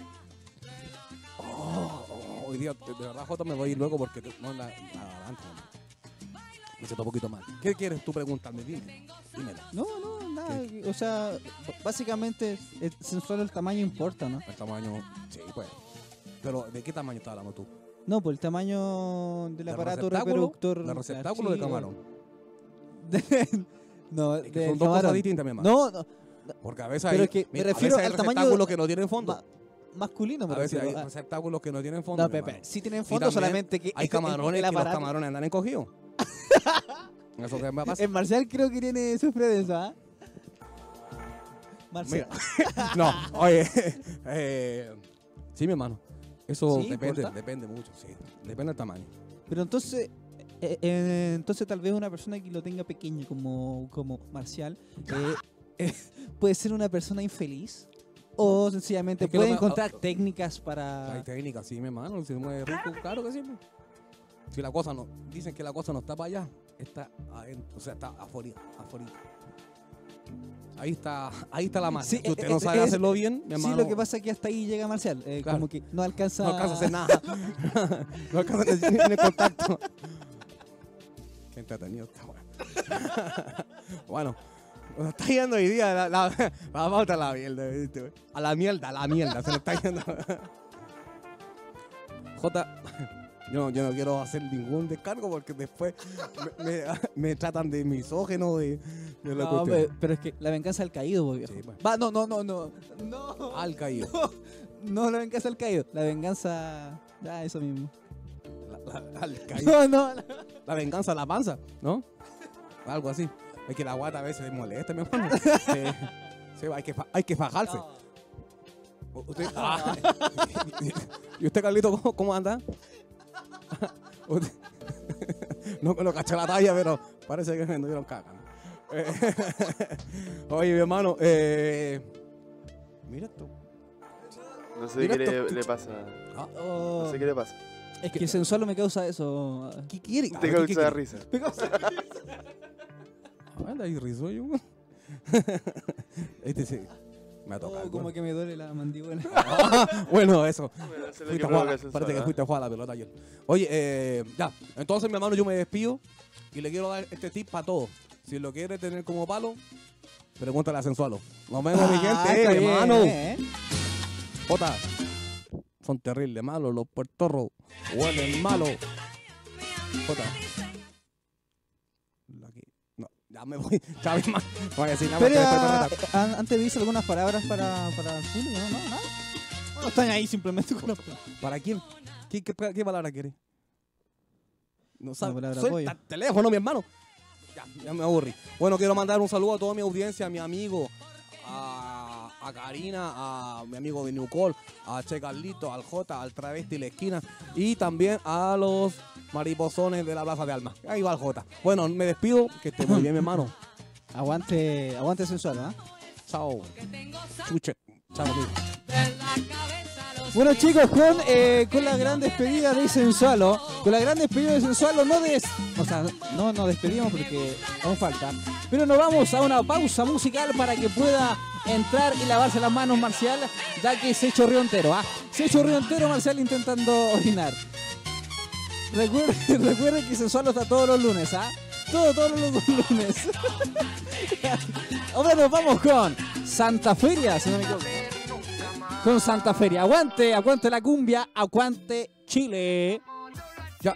Speaker 1: Oh, oh, hoy día, de verdad, Jota, me voy a ir luego porque te- no en la, en la garganta. Me siento un poquito mal. ¿Qué quieres tú preguntarme? Dime, dímelo.
Speaker 2: No, no, nada. O sea, básicamente el, solo el tamaño importa, ¿no?
Speaker 1: El tamaño, sí, pues. Pero, ¿de qué tamaño estás hablando tú?
Speaker 2: No, por el tamaño del
Speaker 1: ¿Del
Speaker 2: aparato
Speaker 1: receptáculo?
Speaker 2: reproductor.
Speaker 1: ¿Del receptáculo de
Speaker 2: Sí, o-
Speaker 1: camarón?
Speaker 2: no,
Speaker 1: Es que
Speaker 2: de
Speaker 1: son dos
Speaker 2: camarón.
Speaker 1: cosas distintas, mi hermano.
Speaker 2: No, no,
Speaker 1: Porque a veces
Speaker 2: Pero
Speaker 1: hay,
Speaker 2: es que me
Speaker 1: mira, a
Speaker 2: refiero
Speaker 1: veces hay
Speaker 2: al tamaño-
Speaker 1: receptáculos que no tienen fondo.
Speaker 2: ma- masculino me
Speaker 1: a veces
Speaker 2: refiero.
Speaker 1: hay
Speaker 2: Ah,
Speaker 1: receptáculos que no tienen fondo.
Speaker 2: No,
Speaker 1: mi
Speaker 2: Pepe,
Speaker 1: hermano.
Speaker 2: sí tienen
Speaker 1: Y
Speaker 2: fondo,
Speaker 1: también
Speaker 2: solamente que
Speaker 1: Hay
Speaker 2: este-
Speaker 1: camarones
Speaker 2: el
Speaker 1: que los
Speaker 2: aparato-
Speaker 1: camarones andan encogidos. Eso que me pasa.
Speaker 2: En Marcial creo que tiene sufre de eso, ¿ah? Marcial.
Speaker 1: Mira. no, oye. eh, sí, mi hermano. Eso
Speaker 2: ¿Sí?
Speaker 1: depende,
Speaker 2: ¿Importa?
Speaker 1: depende mucho, sí. Depende del tamaño.
Speaker 2: Pero entonces, eh, eh, entonces tal vez una persona que lo tenga pequeño como, como Marcial eh, eh, puede ser una persona infeliz o sencillamente
Speaker 1: Es que
Speaker 2: puede
Speaker 1: lo ma-
Speaker 2: encontrar
Speaker 1: ah,
Speaker 2: técnicas
Speaker 1: Hay
Speaker 2: para...
Speaker 1: técnicas, sí, mi hermano. Si mueve rico, claro que sí. pues. Si la cosa no. Dicen que la cosa no está para allá, está adentro. O sea, está afuera. afuera. Ahí está, ahí está la magia.
Speaker 2: Sí,
Speaker 1: si usted
Speaker 2: eh,
Speaker 1: no
Speaker 2: eh,
Speaker 1: sabe
Speaker 2: es-
Speaker 1: hacerlo bien, mi hermano.
Speaker 2: Sí, lo que pasa es que hasta ahí llega Marcial, eh,
Speaker 1: Claro.
Speaker 2: como que no alcanza...
Speaker 1: No alcanza a hacer nada. no alcanza a tener tener contacto. Qué entretenido está, bueno. bueno, nos está yendo hoy día la, la, la pauta a la mierda. ¿viste, güey? A la mierda, a la mierda. Se lo está yendo. J, yo, no- yo no quiero hacer ningún descargo porque después me, me- me tratan de misógeno, de, de la
Speaker 2: No,
Speaker 1: cuestión.
Speaker 2: pe- pero es que la venganza del caído, po, viejo.
Speaker 1: Sí, bueno.
Speaker 2: Va, no, no, no, no. No.
Speaker 1: Al caído.
Speaker 2: No, la venganza del caído. La venganza. Ah, eso mismo.
Speaker 1: La- la- al caído.
Speaker 2: No, no. no.
Speaker 1: La venganza, la panza, ¿no? Algo así. Es que la guata a veces molesta, mi hermano. Sí, sí, hay, que fa- hay que fajarse. U- usted- ah. ¿Y usted, Carlito, cómo, cómo anda? Usted- no, no caché la talla, pero parece que me anduvieron cagando. Eh, Oye, mi hermano, eh, mira esto.
Speaker 4: No sé qué
Speaker 1: Directo.
Speaker 4: le, le pasa.
Speaker 1: Ah,
Speaker 2: Oh.
Speaker 4: No sé qué le pasa.
Speaker 2: Es que sensual me causa eso.
Speaker 1: ¿Qué quiere? A
Speaker 4: Te
Speaker 1: ver, Ah, ¿qué
Speaker 4: causa
Speaker 1: quiere?
Speaker 4: risa.
Speaker 1: Ah, anda ahí risueño. Este sí. Me ha tocado.
Speaker 2: Oh, como que me duele la mandíbula.
Speaker 1: Bueno, eso.
Speaker 4: Bueno, eso es lo
Speaker 1: Fuiste
Speaker 4: que
Speaker 1: a jugar-
Speaker 4: provoca sensual,
Speaker 1: parece que
Speaker 4: ¿ah?
Speaker 1: fuiste a jugar a la pelota ayer. Oye, eh, ya. Entonces, mi hermano, yo me despido y le quiero dar este tip para todos. Si lo quiere tener como palo, pregúntale a Sensualo. Nos vemos, mi
Speaker 2: Ah,
Speaker 1: gente,
Speaker 2: está
Speaker 1: eh, mi
Speaker 2: bien,
Speaker 1: hermano.
Speaker 2: eh.
Speaker 1: Jota. Son terribles, malos los puertorros. Huelen malo. Jota. La que- No, ya me voy. Ya me ma- Voy a decir nada más
Speaker 2: Pero
Speaker 1: que después me reta.
Speaker 2: ah, an- antes dice algunas palabras para, para el público, ¿no? No, nada. Bueno, están ahí simplemente con la.
Speaker 1: ¿Para quién? ¿Qué, qué, qué palabra quiere? No sabe.
Speaker 2: palabra
Speaker 1: Suelta
Speaker 2: apoyo.
Speaker 1: el teléfono, mi hermano. Ya, ya me aburrí. Bueno, quiero mandar un saludo a toda mi audiencia, a mi amigo, a, a Karina, a mi amigo de Newcall, a Che Carlito, al J, al Travesti La Esquina y también a los mariposones de la Plaza de Alma. Ahí va el J. Bueno, me despido. Que esté muy bien, mi hermano.
Speaker 2: Aguante, aguante sensual, ¿ah?
Speaker 1: Chao. Chuche. Chao, amigo.
Speaker 2: Bueno chicos, con, eh, con la gran despedida de Sensualo, con la gran despedida de Sensualo no des... O sea, no nos despedimos porque aún falta. Pero nos vamos a una pausa musical para que pueda entrar y lavarse las manos Marcial, ya que se chorreó entero. ¿ah? Se chorreó entero Marcial intentando orinar. Recuerden, recuerden que Sensualo está todos los lunes, ¿ah? Todo, todos los lunes. Ahora nos vamos con Santa Feria, si no me equivoco con Santa Feria. Aguante, aguante la cumbia, aguante Chile.
Speaker 1: Ya.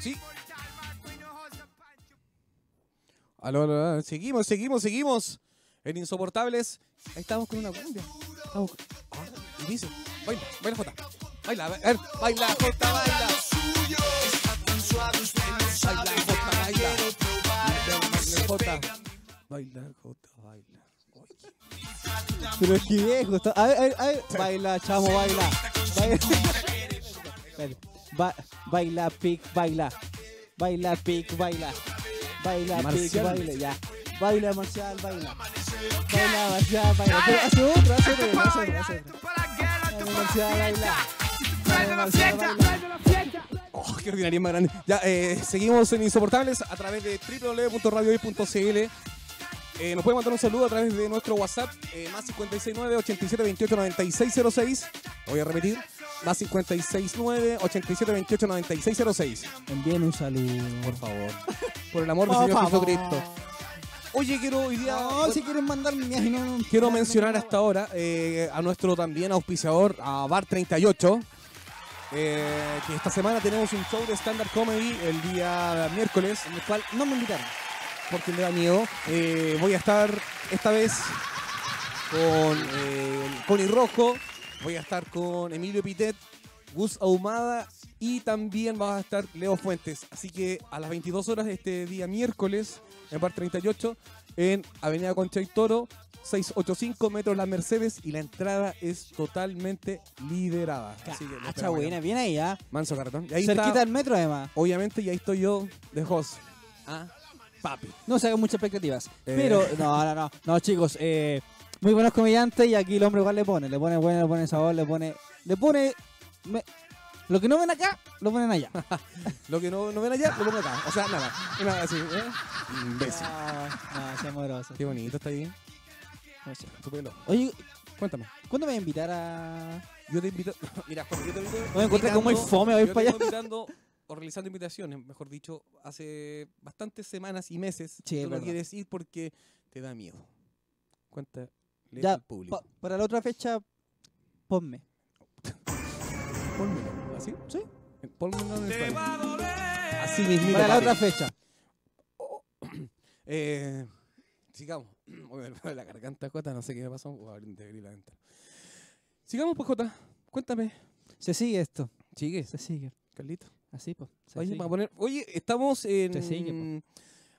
Speaker 1: Sí. Aló, aló, aló. Seguimos, seguimos, seguimos. En Insoportables. Ahí estamos con una cumbia. Estamos con- Ah, y dice. Baila, baila Jota. Baila, a ver, baila Jota, baila. Baila Jota, baila. Baila Jota. Baila Jota, baila.
Speaker 2: Pero es que viejo, está- a ver, a ver, a ver. baila, chamo, baila. Baila, Espérate. Ba- baila pic, baila. Baila pic, baila. Baila pic,
Speaker 1: Marcial.
Speaker 2: baila, ya. Baila marcial, baila. Baila marcial, baila. Pero hace otro, hace otro, hace otro, hace otro. Baila marcial, baila. Baila marcial, baila.
Speaker 1: Oh, qué ordinaria más grande. Ya, eh, seguimos en Insoportables a través de www.radiohoy.cl. Eh, nos puede mandar un saludo a través de nuestro WhatsApp, eh, más 569 87 28 96 06. Voy a repetir, más 569 87 28 96 06.
Speaker 2: Envíen un saludo.
Speaker 1: Por favor. Por el amor del
Speaker 2: Por
Speaker 1: Señor
Speaker 2: favor.
Speaker 1: Jesucristo. Oye, quiero hoy día.
Speaker 2: No, Oh, si quieren mandar mi no.
Speaker 1: Quiero mencionar hasta ahora eh, a nuestro también auspiciador, a Bar 38, eh, que esta semana tenemos un show de stand-up comedy el día miércoles.
Speaker 2: En el cual no me invitaron.
Speaker 1: porque le da miedo. Eh, voy a estar esta vez con eh, Connie Rojo, voy a estar con Emilio Pitet, Gus Ahumada y también va a estar Leo Fuentes. Así que a las 22 horas de este día miércoles, en par 38, en Avenida Concha y Toro, 685 metros Las Mercedes y la entrada es totalmente liderada. Así que lo
Speaker 2: Cacha
Speaker 1: esperamos
Speaker 2: Ah, buena,
Speaker 1: acá.
Speaker 2: bien ahí, ¿ah?
Speaker 1: Manso cartón. Y ahí
Speaker 2: Cerquita
Speaker 1: está,
Speaker 2: del metro, además.
Speaker 1: obviamente, y ahí estoy yo de host. Ah, papi.
Speaker 2: No se hagan muchas expectativas.
Speaker 1: Eh.
Speaker 2: Pero, no, no, no. No, chicos, eh, muy buenos comediantes y aquí el hombre igual le pone. Le pone bueno, le pone sabor, le pone. Le pone. me- lo que no ven acá, lo ponen allá.
Speaker 1: Lo que no, no ven allá, lo pongo acá. O sea, nada. Nada así, ¿eh? Imbécil.
Speaker 2: Ah, no, sea amoroso.
Speaker 1: Qué bonito está ahí. Tu pelo.
Speaker 2: Oye,
Speaker 1: Cuéntame.
Speaker 2: ¿cuándo me voy a invitar a.?
Speaker 1: Yo te invito. Mira, Juan, yo te invito.
Speaker 2: Me encontré como muy
Speaker 1: invitando-
Speaker 2: fome, voy
Speaker 1: yo
Speaker 2: para
Speaker 1: te
Speaker 2: allá.
Speaker 1: vengo invitando, o realizando invitaciones, mejor dicho, hace bastantes semanas y meses.
Speaker 2: Sí, es
Speaker 1: Tú no
Speaker 2: verdad.
Speaker 1: quieres ir porque te da miedo. Cuéntale
Speaker 2: Ya,
Speaker 1: al público.
Speaker 2: Pa- para la otra fecha, ponme.
Speaker 1: Pónmelo. ¿Así? ¿Ah, Sí. Pónmelo en el Spotify. Así mismo.
Speaker 2: Para la otra fecha.
Speaker 1: Eh, sigamos. Oye, me duele la garganta, Jota, no sé qué me pasó. Voy a abrir- de abrir la ventana. Sigamos, pues, Jota. Cuéntame.
Speaker 2: Se sigue esto.
Speaker 1: Sigue,
Speaker 2: Se sigue.
Speaker 1: Carlito.
Speaker 2: Así, pues. se
Speaker 1: Oye,
Speaker 2: sigue.
Speaker 1: para poner- oye, estamos en.
Speaker 2: Se sigue,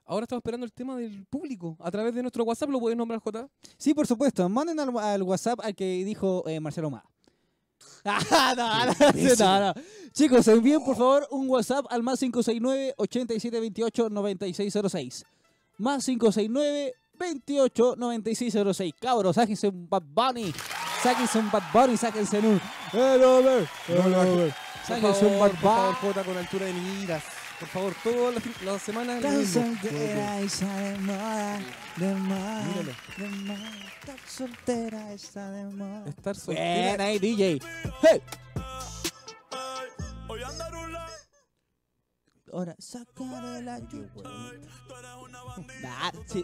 Speaker 1: Ahora estamos esperando el tema del público. A través de nuestro WhatsApp lo puedes nombrar, Jota.
Speaker 2: Sí, por supuesto. Manden al, al WhatsApp al que dijo eh, Marcelo Ma. Ah, no, no, no, no. Chicos, envíen
Speaker 1: Oh.
Speaker 2: por favor un WhatsApp al más 569-8728-9606. Más 569-289606. Cabros, sáquense un Bad Bunny. Sáquense un Bad Bunny, sáquense un... Eh, El over, el
Speaker 1: No lo hagas.
Speaker 2: over.
Speaker 1: Por
Speaker 2: Eh, Sáquense un
Speaker 1: favor,
Speaker 2: Bad
Speaker 1: por favor,
Speaker 2: Bunny.
Speaker 1: Jota, con altura de miras. Por favor, todas las, las semanas. lo mismo.
Speaker 2: Tan soltera está de moda, de moda,
Speaker 1: Míralo.
Speaker 2: de moda. Tan soltera está de moda.
Speaker 1: Estar soltera.
Speaker 2: Bien ahí, DJ. eh, Hey. Ahora, sacaré la lluvia. Nah, sí.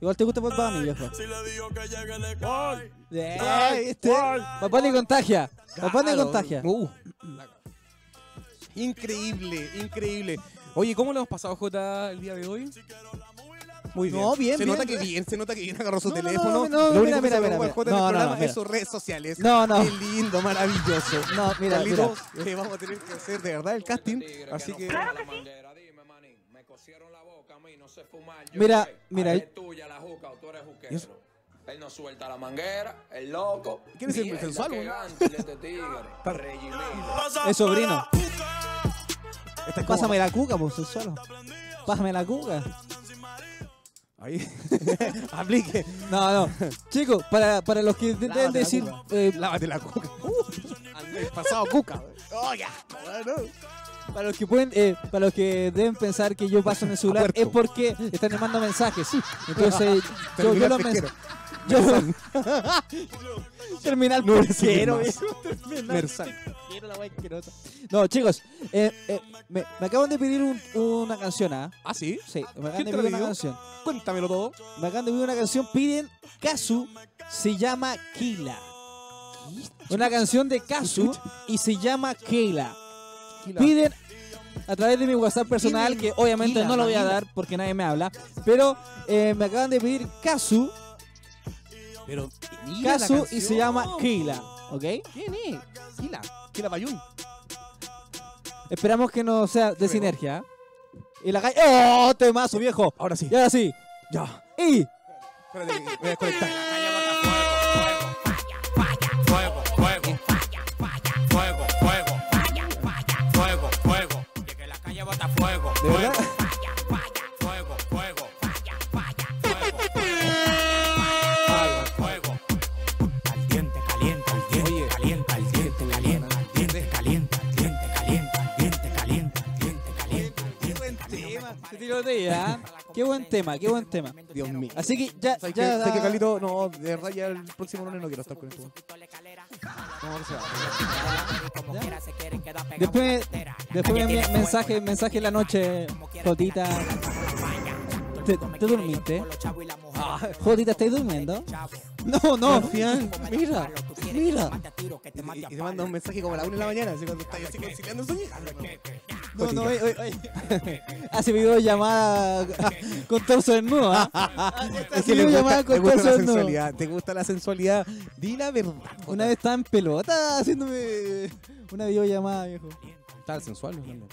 Speaker 2: Igual te gusta Bad Bunny, viejo. Bien, ¿viste? Bad Bunny contagia. Bad Bunny
Speaker 1: Claro.
Speaker 2: contagia.
Speaker 1: Uh. Increíble, increíble. Oye, ¿cómo lo hemos pasado, Jota, el día de hoy? Muy bien.
Speaker 2: No, bien,
Speaker 1: se
Speaker 2: bien.
Speaker 1: nota que bien, se nota que bien agarró su
Speaker 2: No, no, no,
Speaker 1: teléfono.
Speaker 2: no,
Speaker 1: Lo único
Speaker 2: mira,
Speaker 1: que
Speaker 2: mira,
Speaker 1: se
Speaker 2: mira,
Speaker 1: preocupa el
Speaker 2: mira.
Speaker 1: Jota en
Speaker 2: No,
Speaker 1: el
Speaker 2: no,
Speaker 1: programa
Speaker 2: mira.
Speaker 1: es sus redes sociales.
Speaker 2: No, no.
Speaker 1: Qué lindo, maravilloso.
Speaker 2: No, mira, mira.
Speaker 1: Carlitos, eh, vamos a tener que hacer de verdad el casting. Así que.
Speaker 5: que Dime, manín, me cosieron la boca a mí, no sé fumar. Yo
Speaker 2: Mira,
Speaker 5: sé.
Speaker 2: mira,
Speaker 5: Ahí
Speaker 2: yo-
Speaker 5: es tuya la juca o tú eres juquero. Él no suelta la manguera, el loco.
Speaker 1: ¿Quién es el
Speaker 5: Mierda,
Speaker 1: sensual,
Speaker 5: qué
Speaker 1: güey?
Speaker 5: gancho de este tigre. Reggie Miller.
Speaker 2: Es sobrino.
Speaker 1: Esta es como-
Speaker 2: Pásame la cuca, por su suelo. Pásame la cuca.
Speaker 1: Ahí. Aplique.
Speaker 2: No, no. Chicos, para, para los que
Speaker 1: Lávate
Speaker 2: deben
Speaker 1: la
Speaker 2: decir.
Speaker 1: cuca.
Speaker 2: eh,
Speaker 1: Lávate la cuca. Uh, Andrés, pasado cuca. Oh, ya. Bueno.
Speaker 2: Para los que pueden, eh, para los que deben pensar que yo paso en el celular
Speaker 1: Puerto.
Speaker 2: es porque están llamando mensajes. Entonces, yo veo los
Speaker 1: Terminal
Speaker 2: mensajes.
Speaker 1: pesquero.
Speaker 2: Terminal
Speaker 1: No eres
Speaker 2: pesquero,
Speaker 1: un
Speaker 2: viejo, terminal
Speaker 1: Mersal.
Speaker 2: pesquero, la wea asquerosa. No, chicos, eh, eh, me, me acaban de pedir un- una canción, ¿ah?
Speaker 1: ¿Ah, sí?
Speaker 2: Sí, me acaban
Speaker 1: ¿Quién
Speaker 2: de
Speaker 1: te
Speaker 2: pedir
Speaker 1: la
Speaker 2: una
Speaker 1: pidió?
Speaker 2: canción.
Speaker 1: Cuéntamelo todo.
Speaker 2: Me acaban de pedir una canción, piden Kazu, se llama Kila. Una canción de Kazu y se llama Kila. Piden a través de mi WhatsApp personal, que obviamente
Speaker 3: Kila,
Speaker 2: no lo voy a
Speaker 3: Manila.
Speaker 2: dar porque nadie me habla, pero eh, me acaban de pedir Kazu,
Speaker 1: Pero mira la
Speaker 2: Kazu y se
Speaker 1: canción.
Speaker 2: llama Kila, ¿ok?
Speaker 1: ¿Quién es? Kila. Kila Bayun.
Speaker 2: Esperamos que no sea de sinergia. ¿eh? Y la calle... ¡Oh, temazo, viejo!
Speaker 1: Ahora sí.
Speaker 2: Y ahora sí,
Speaker 1: Ya.
Speaker 2: y...
Speaker 1: Espérate, que voy a desconectar.
Speaker 6: Fuego, fuego, fuego, fuego, fuego, fuego. De que la calle bota fuego,
Speaker 1: ¿De verdad?
Speaker 6: fuego, fuego, fuego, fuego, fuego, Caliente, caliente, al diente, caliente, al diente, caliente, al diente, caliente, al diente, caliente, al diente, caliente, al diente, caliente, al diente.
Speaker 2: Se tirotea, ¿eh? Qué buen tema, qué buen tema.
Speaker 1: Dios mío.
Speaker 2: Así que ya...
Speaker 1: ¿Sabes
Speaker 2: ya
Speaker 1: qué? ¿Sabes qué, Carlito? No, de verdad ya el próximo lunes no quiero estar con esto. No, no se va.
Speaker 2: Después, después me- mensaje, mensaje en la noche, Jotita. ¿Te, te dormiste? Jotita, ¿estás durmiendo? No, no, mira, mira.
Speaker 1: Y, y te manda un mensaje como a la 1 de la mañana, así cuando estás así conciliando el sueño. eh,
Speaker 2: No, no, oye, oye, oye. Hace videollamada con torso desnudo, ¿ah?
Speaker 1: Es que
Speaker 2: Hace
Speaker 1: le gusta,
Speaker 2: videollamada
Speaker 1: le
Speaker 2: con
Speaker 1: gusta
Speaker 2: torso
Speaker 1: la
Speaker 2: desnudo.
Speaker 1: sensualidad. ¿Te gusta la sensualidad? Di la verdad.
Speaker 2: Una vez estaba en pelota haciéndome una videollamada, viejo.
Speaker 1: Estaba sensual, Fernando.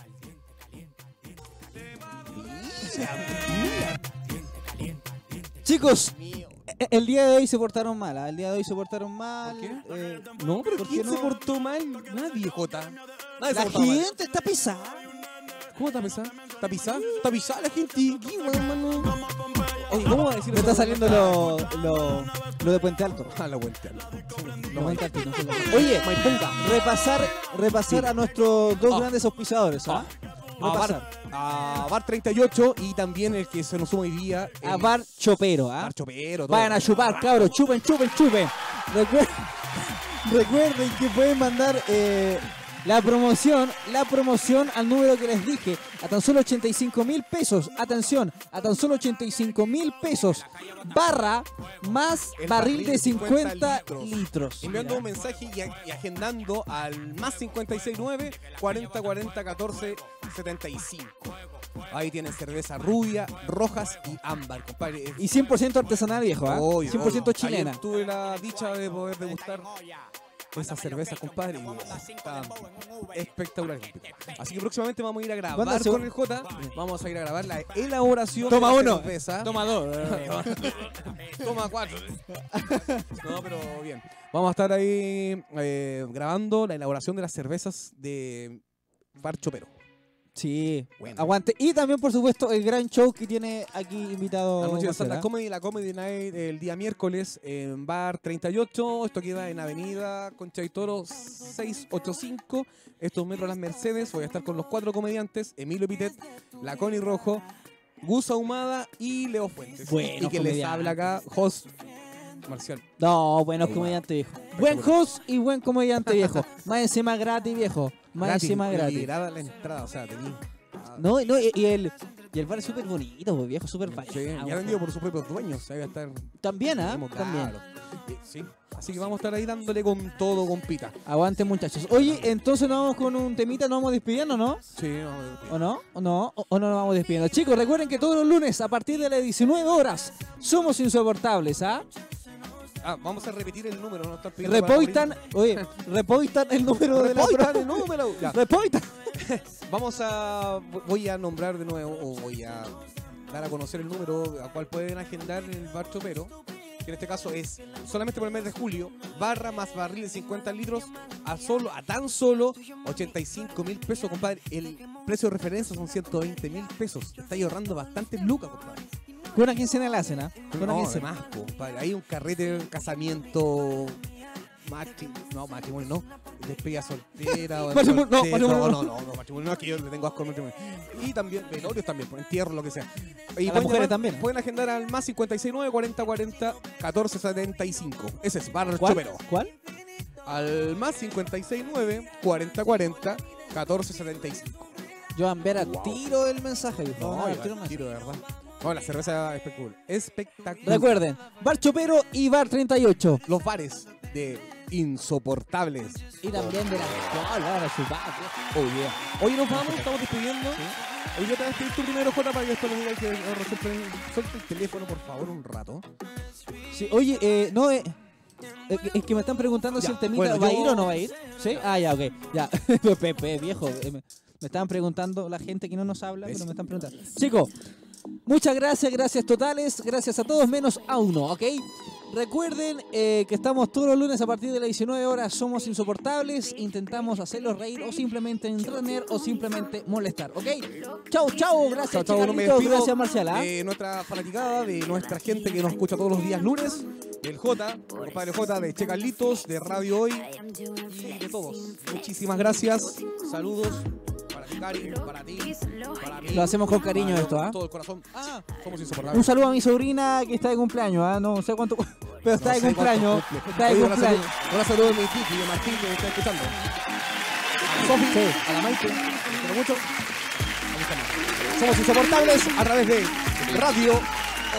Speaker 2: Chicos, e- el día de hoy se portaron mal, ¿ah? el día de hoy se portaron mal. eh,
Speaker 1: No, pero
Speaker 2: ¿Por
Speaker 1: ¿quién
Speaker 2: qué
Speaker 1: se
Speaker 2: no?
Speaker 1: portó mal? Nadie, Jota. Nadie
Speaker 2: la
Speaker 1: se portó mal.
Speaker 2: gente está pesada.
Speaker 1: ¿Cómo está pesada? ¿Está pisada? ¿Está pisada la gente? ¿Qué, weón, hermano? Oye, ¿cómo va a decir
Speaker 2: Me
Speaker 1: eso?
Speaker 2: está saliendo lo, lo, lo de Puente Alto.
Speaker 1: A la vuelta.
Speaker 2: Lo Puente Alto, no sé lo que- Oye, repasar, repasar a nuestros dos
Speaker 1: Ah.
Speaker 2: grandes auspiciadores, ¿ah?
Speaker 1: A
Speaker 2: Repasar.
Speaker 1: Bar, a Bar 38 y también el que se nos suma hoy día. el
Speaker 2: A Bar Chopero, ¿ah?
Speaker 1: Bar Chopero. todo.
Speaker 2: Vayan a chupar, cabros. Chupen, chupen, chupen. Recuer- Recuerden que pueden mandar eh, la promoción, la promoción al número que les dije. A tan solo 85 mil pesos. Atención, a tan solo 85 mil pesos. Barra más
Speaker 1: El
Speaker 2: barril de 50
Speaker 1: litros.
Speaker 2: litros.
Speaker 1: Enviando un mensaje y, a- y agendando al más 569 40 40 14 75. Ahí tienen cerveza rubia, rojas y ámbar, compadre. Es-
Speaker 2: Y 100% artesanal, viejo. ¿ah?
Speaker 1: Obvio,
Speaker 2: 100%
Speaker 1: obvio.
Speaker 2: chilena.
Speaker 1: Ayer tuve la dicha de poder degustar esa cerveza, compadre. y está espectacular. Así que próximamente vamos a ir a
Speaker 2: ¿Cuándo
Speaker 1: grabar
Speaker 2: se-
Speaker 1: con el J. Vamos a ir a grabar la elaboración
Speaker 2: Toma
Speaker 1: de la
Speaker 2: uno.
Speaker 1: cerveza.
Speaker 2: Toma dos.
Speaker 1: Toma cuatro. No, pero bien. Vamos a estar ahí eh, grabando la elaboración de las cervezas de Bar Chopero.
Speaker 2: Sí,
Speaker 1: Bueno.
Speaker 2: aguante. Y también, por supuesto, el gran show que tiene aquí invitado.
Speaker 1: La noche de
Speaker 2: Marcelo,
Speaker 1: Santa
Speaker 2: ¿ah?
Speaker 1: Comedy, la Comedy Night el día miércoles en Bar 38. Esto queda en Avenida Concha y Toro 685. Esto es Metro Las Mercedes. Voy a estar con los cuatro comediantes: Emilio Pitet, La Connie Rojo, Gus Ahumada y Leo Fuentes.
Speaker 2: Buenos
Speaker 1: y que les
Speaker 2: comediantes.
Speaker 1: habla acá, host Marcial.
Speaker 2: No, buenos
Speaker 1: Ahí va.
Speaker 2: comediante viejo. Buen host y buen comediante viejo. Más encima gratis, viejo. Más
Speaker 1: Gratis,
Speaker 2: encima gratis.
Speaker 1: liberada la entrada, o sea, tenía.
Speaker 2: No, no, y, y el, y el bar es súper bonito, pues, viejo, súper
Speaker 1: Sí,
Speaker 2: bacán,
Speaker 1: ya
Speaker 2: pues.
Speaker 1: vendido por sus propios dueños. Ahí va a estar.
Speaker 2: También, ¿ah?
Speaker 1: mismo,
Speaker 2: También.
Speaker 1: claro. Eh, Sí. Así que vamos a estar ahí dándole con todo, con pita.
Speaker 2: Aguante, muchachos. Oye, entonces nos vamos con un temita, nos vamos despidiendo, ¿no?
Speaker 1: Sí, vamos a-
Speaker 2: ¿O no? ¿O no? ¿O o no nos vamos despidiendo? Chicos, recuerden que todos los lunes a partir de las 19 horas somos insoportables, ¿ah?
Speaker 1: Ah, vamos a repetir el número. No están pidiendo para
Speaker 2: Repoitan, oye, repoitan el número de la
Speaker 1: Repoitan
Speaker 2: pro-
Speaker 1: el número, ya.
Speaker 2: Repoitan.
Speaker 1: Vamos a. Voy a nombrar de nuevo, o voy a dar a conocer el número a cual pueden agendar en el bar Chopero, que en este caso es solamente por el mes de julio, barra más barril de 50 litros, a solo a tan solo 85 mil pesos, compadre. El precio de referencia son 120 mil pesos. Está ahorrando bastante lucas, compadre.
Speaker 2: Con una quincena la hacen, ¿ah? Con una
Speaker 1: No,
Speaker 2: quincena.
Speaker 1: además, po, compadre. Hay un carrete, un casamiento, matri- no, matrimonio, no. Despedida soltera. o
Speaker 2: Matrimonio, no,
Speaker 1: soltero,
Speaker 2: matrimonio,
Speaker 1: no, no, no, matrimonio, no, que yo le tengo asco al matrimonio. Y también, velorios también, po, entierro, lo que sea. Y
Speaker 2: las
Speaker 1: pueden
Speaker 2: mujeres también, ¿eh?
Speaker 1: Pueden agendar al más 569 40 40 14 75. Ese es Barra
Speaker 2: ¿Cuál?
Speaker 1: Chopero.
Speaker 2: ¿Cuál?
Speaker 1: Al más 569 40 40 14 75.
Speaker 2: Joan Vera, tiro el mensaje. viejo.
Speaker 1: No,
Speaker 2: Vamos a
Speaker 1: Iván,
Speaker 2: ver, tiro el mensaje.
Speaker 1: tiro de verdad. No, la cerveza espectacular. Espectacular.
Speaker 2: Recuerden, Bar Chopero y Bar 38.
Speaker 1: los bares de insoportables.
Speaker 2: Y también de la actual, ahora su bar, viejo.
Speaker 1: Oye, nos vamos, estamos despidiendo. Hoy yo te voy a despedir tú primero, Jota, para que después nos diga que no nos sorprende. Suelta el teléfono, por favor, un rato.
Speaker 2: Sí, oye, eh, no, eh, eh, es que me están preguntando si
Speaker 1: Ya,
Speaker 2: el temita
Speaker 1: bueno,
Speaker 2: va a
Speaker 1: yo-
Speaker 2: ir o no va a ir. ¿Sí? Ah, ya, ok. Ya. Pepe, viejo. eh, me, me estaban preguntando la gente que no nos habla,
Speaker 1: ¿Ves?
Speaker 2: pero me están preguntando. Chicos, muchas gracias, gracias totales. Gracias a todos menos a uno, ¿ok? Recuerden eh, que estamos todos los lunes a partir de las 19 horas. Somos insoportables. Intentamos hacerlos reír o simplemente entretener o simplemente molestar, ¿ok? Chau, chau. Gracias,
Speaker 1: Chao, chao, no me
Speaker 2: Carlitos,
Speaker 1: despido Eh,
Speaker 2: Gracias, Marcial. ¿ah?
Speaker 1: De nuestra fanaticada, de nuestra gente que nos escucha todos los días lunes. Del J, compadre J, de Che Carlitos, de Radio Hoy y de todos. Muchísimas gracias. Saludos para ti, Karin, para ti, para mí.
Speaker 2: Lo hacemos con cariño
Speaker 1: para
Speaker 2: esto, ¿ah?
Speaker 1: Todo el corazón. Ah, somos insoportables.
Speaker 2: Un saludo a mi sobrina que está de cumpleaños, ¿ah? no sé cuánto, pero está de cumpleaños, está de cumpleaños.
Speaker 1: Ahora saludo a mi Titi y a Martín que me está escuchando. A la Sofi, a la Maite, los quiero mucho. Ahí estamos. Somos insoportables a través de Radio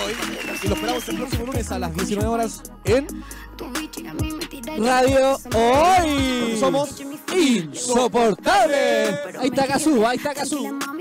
Speaker 1: Hoy. Y los esperamos el próximo lunes a las 19 horas en
Speaker 2: Radio hoy.
Speaker 1: Somos
Speaker 2: insoportable. Ahí está Kazuba, ahí está Kazuba.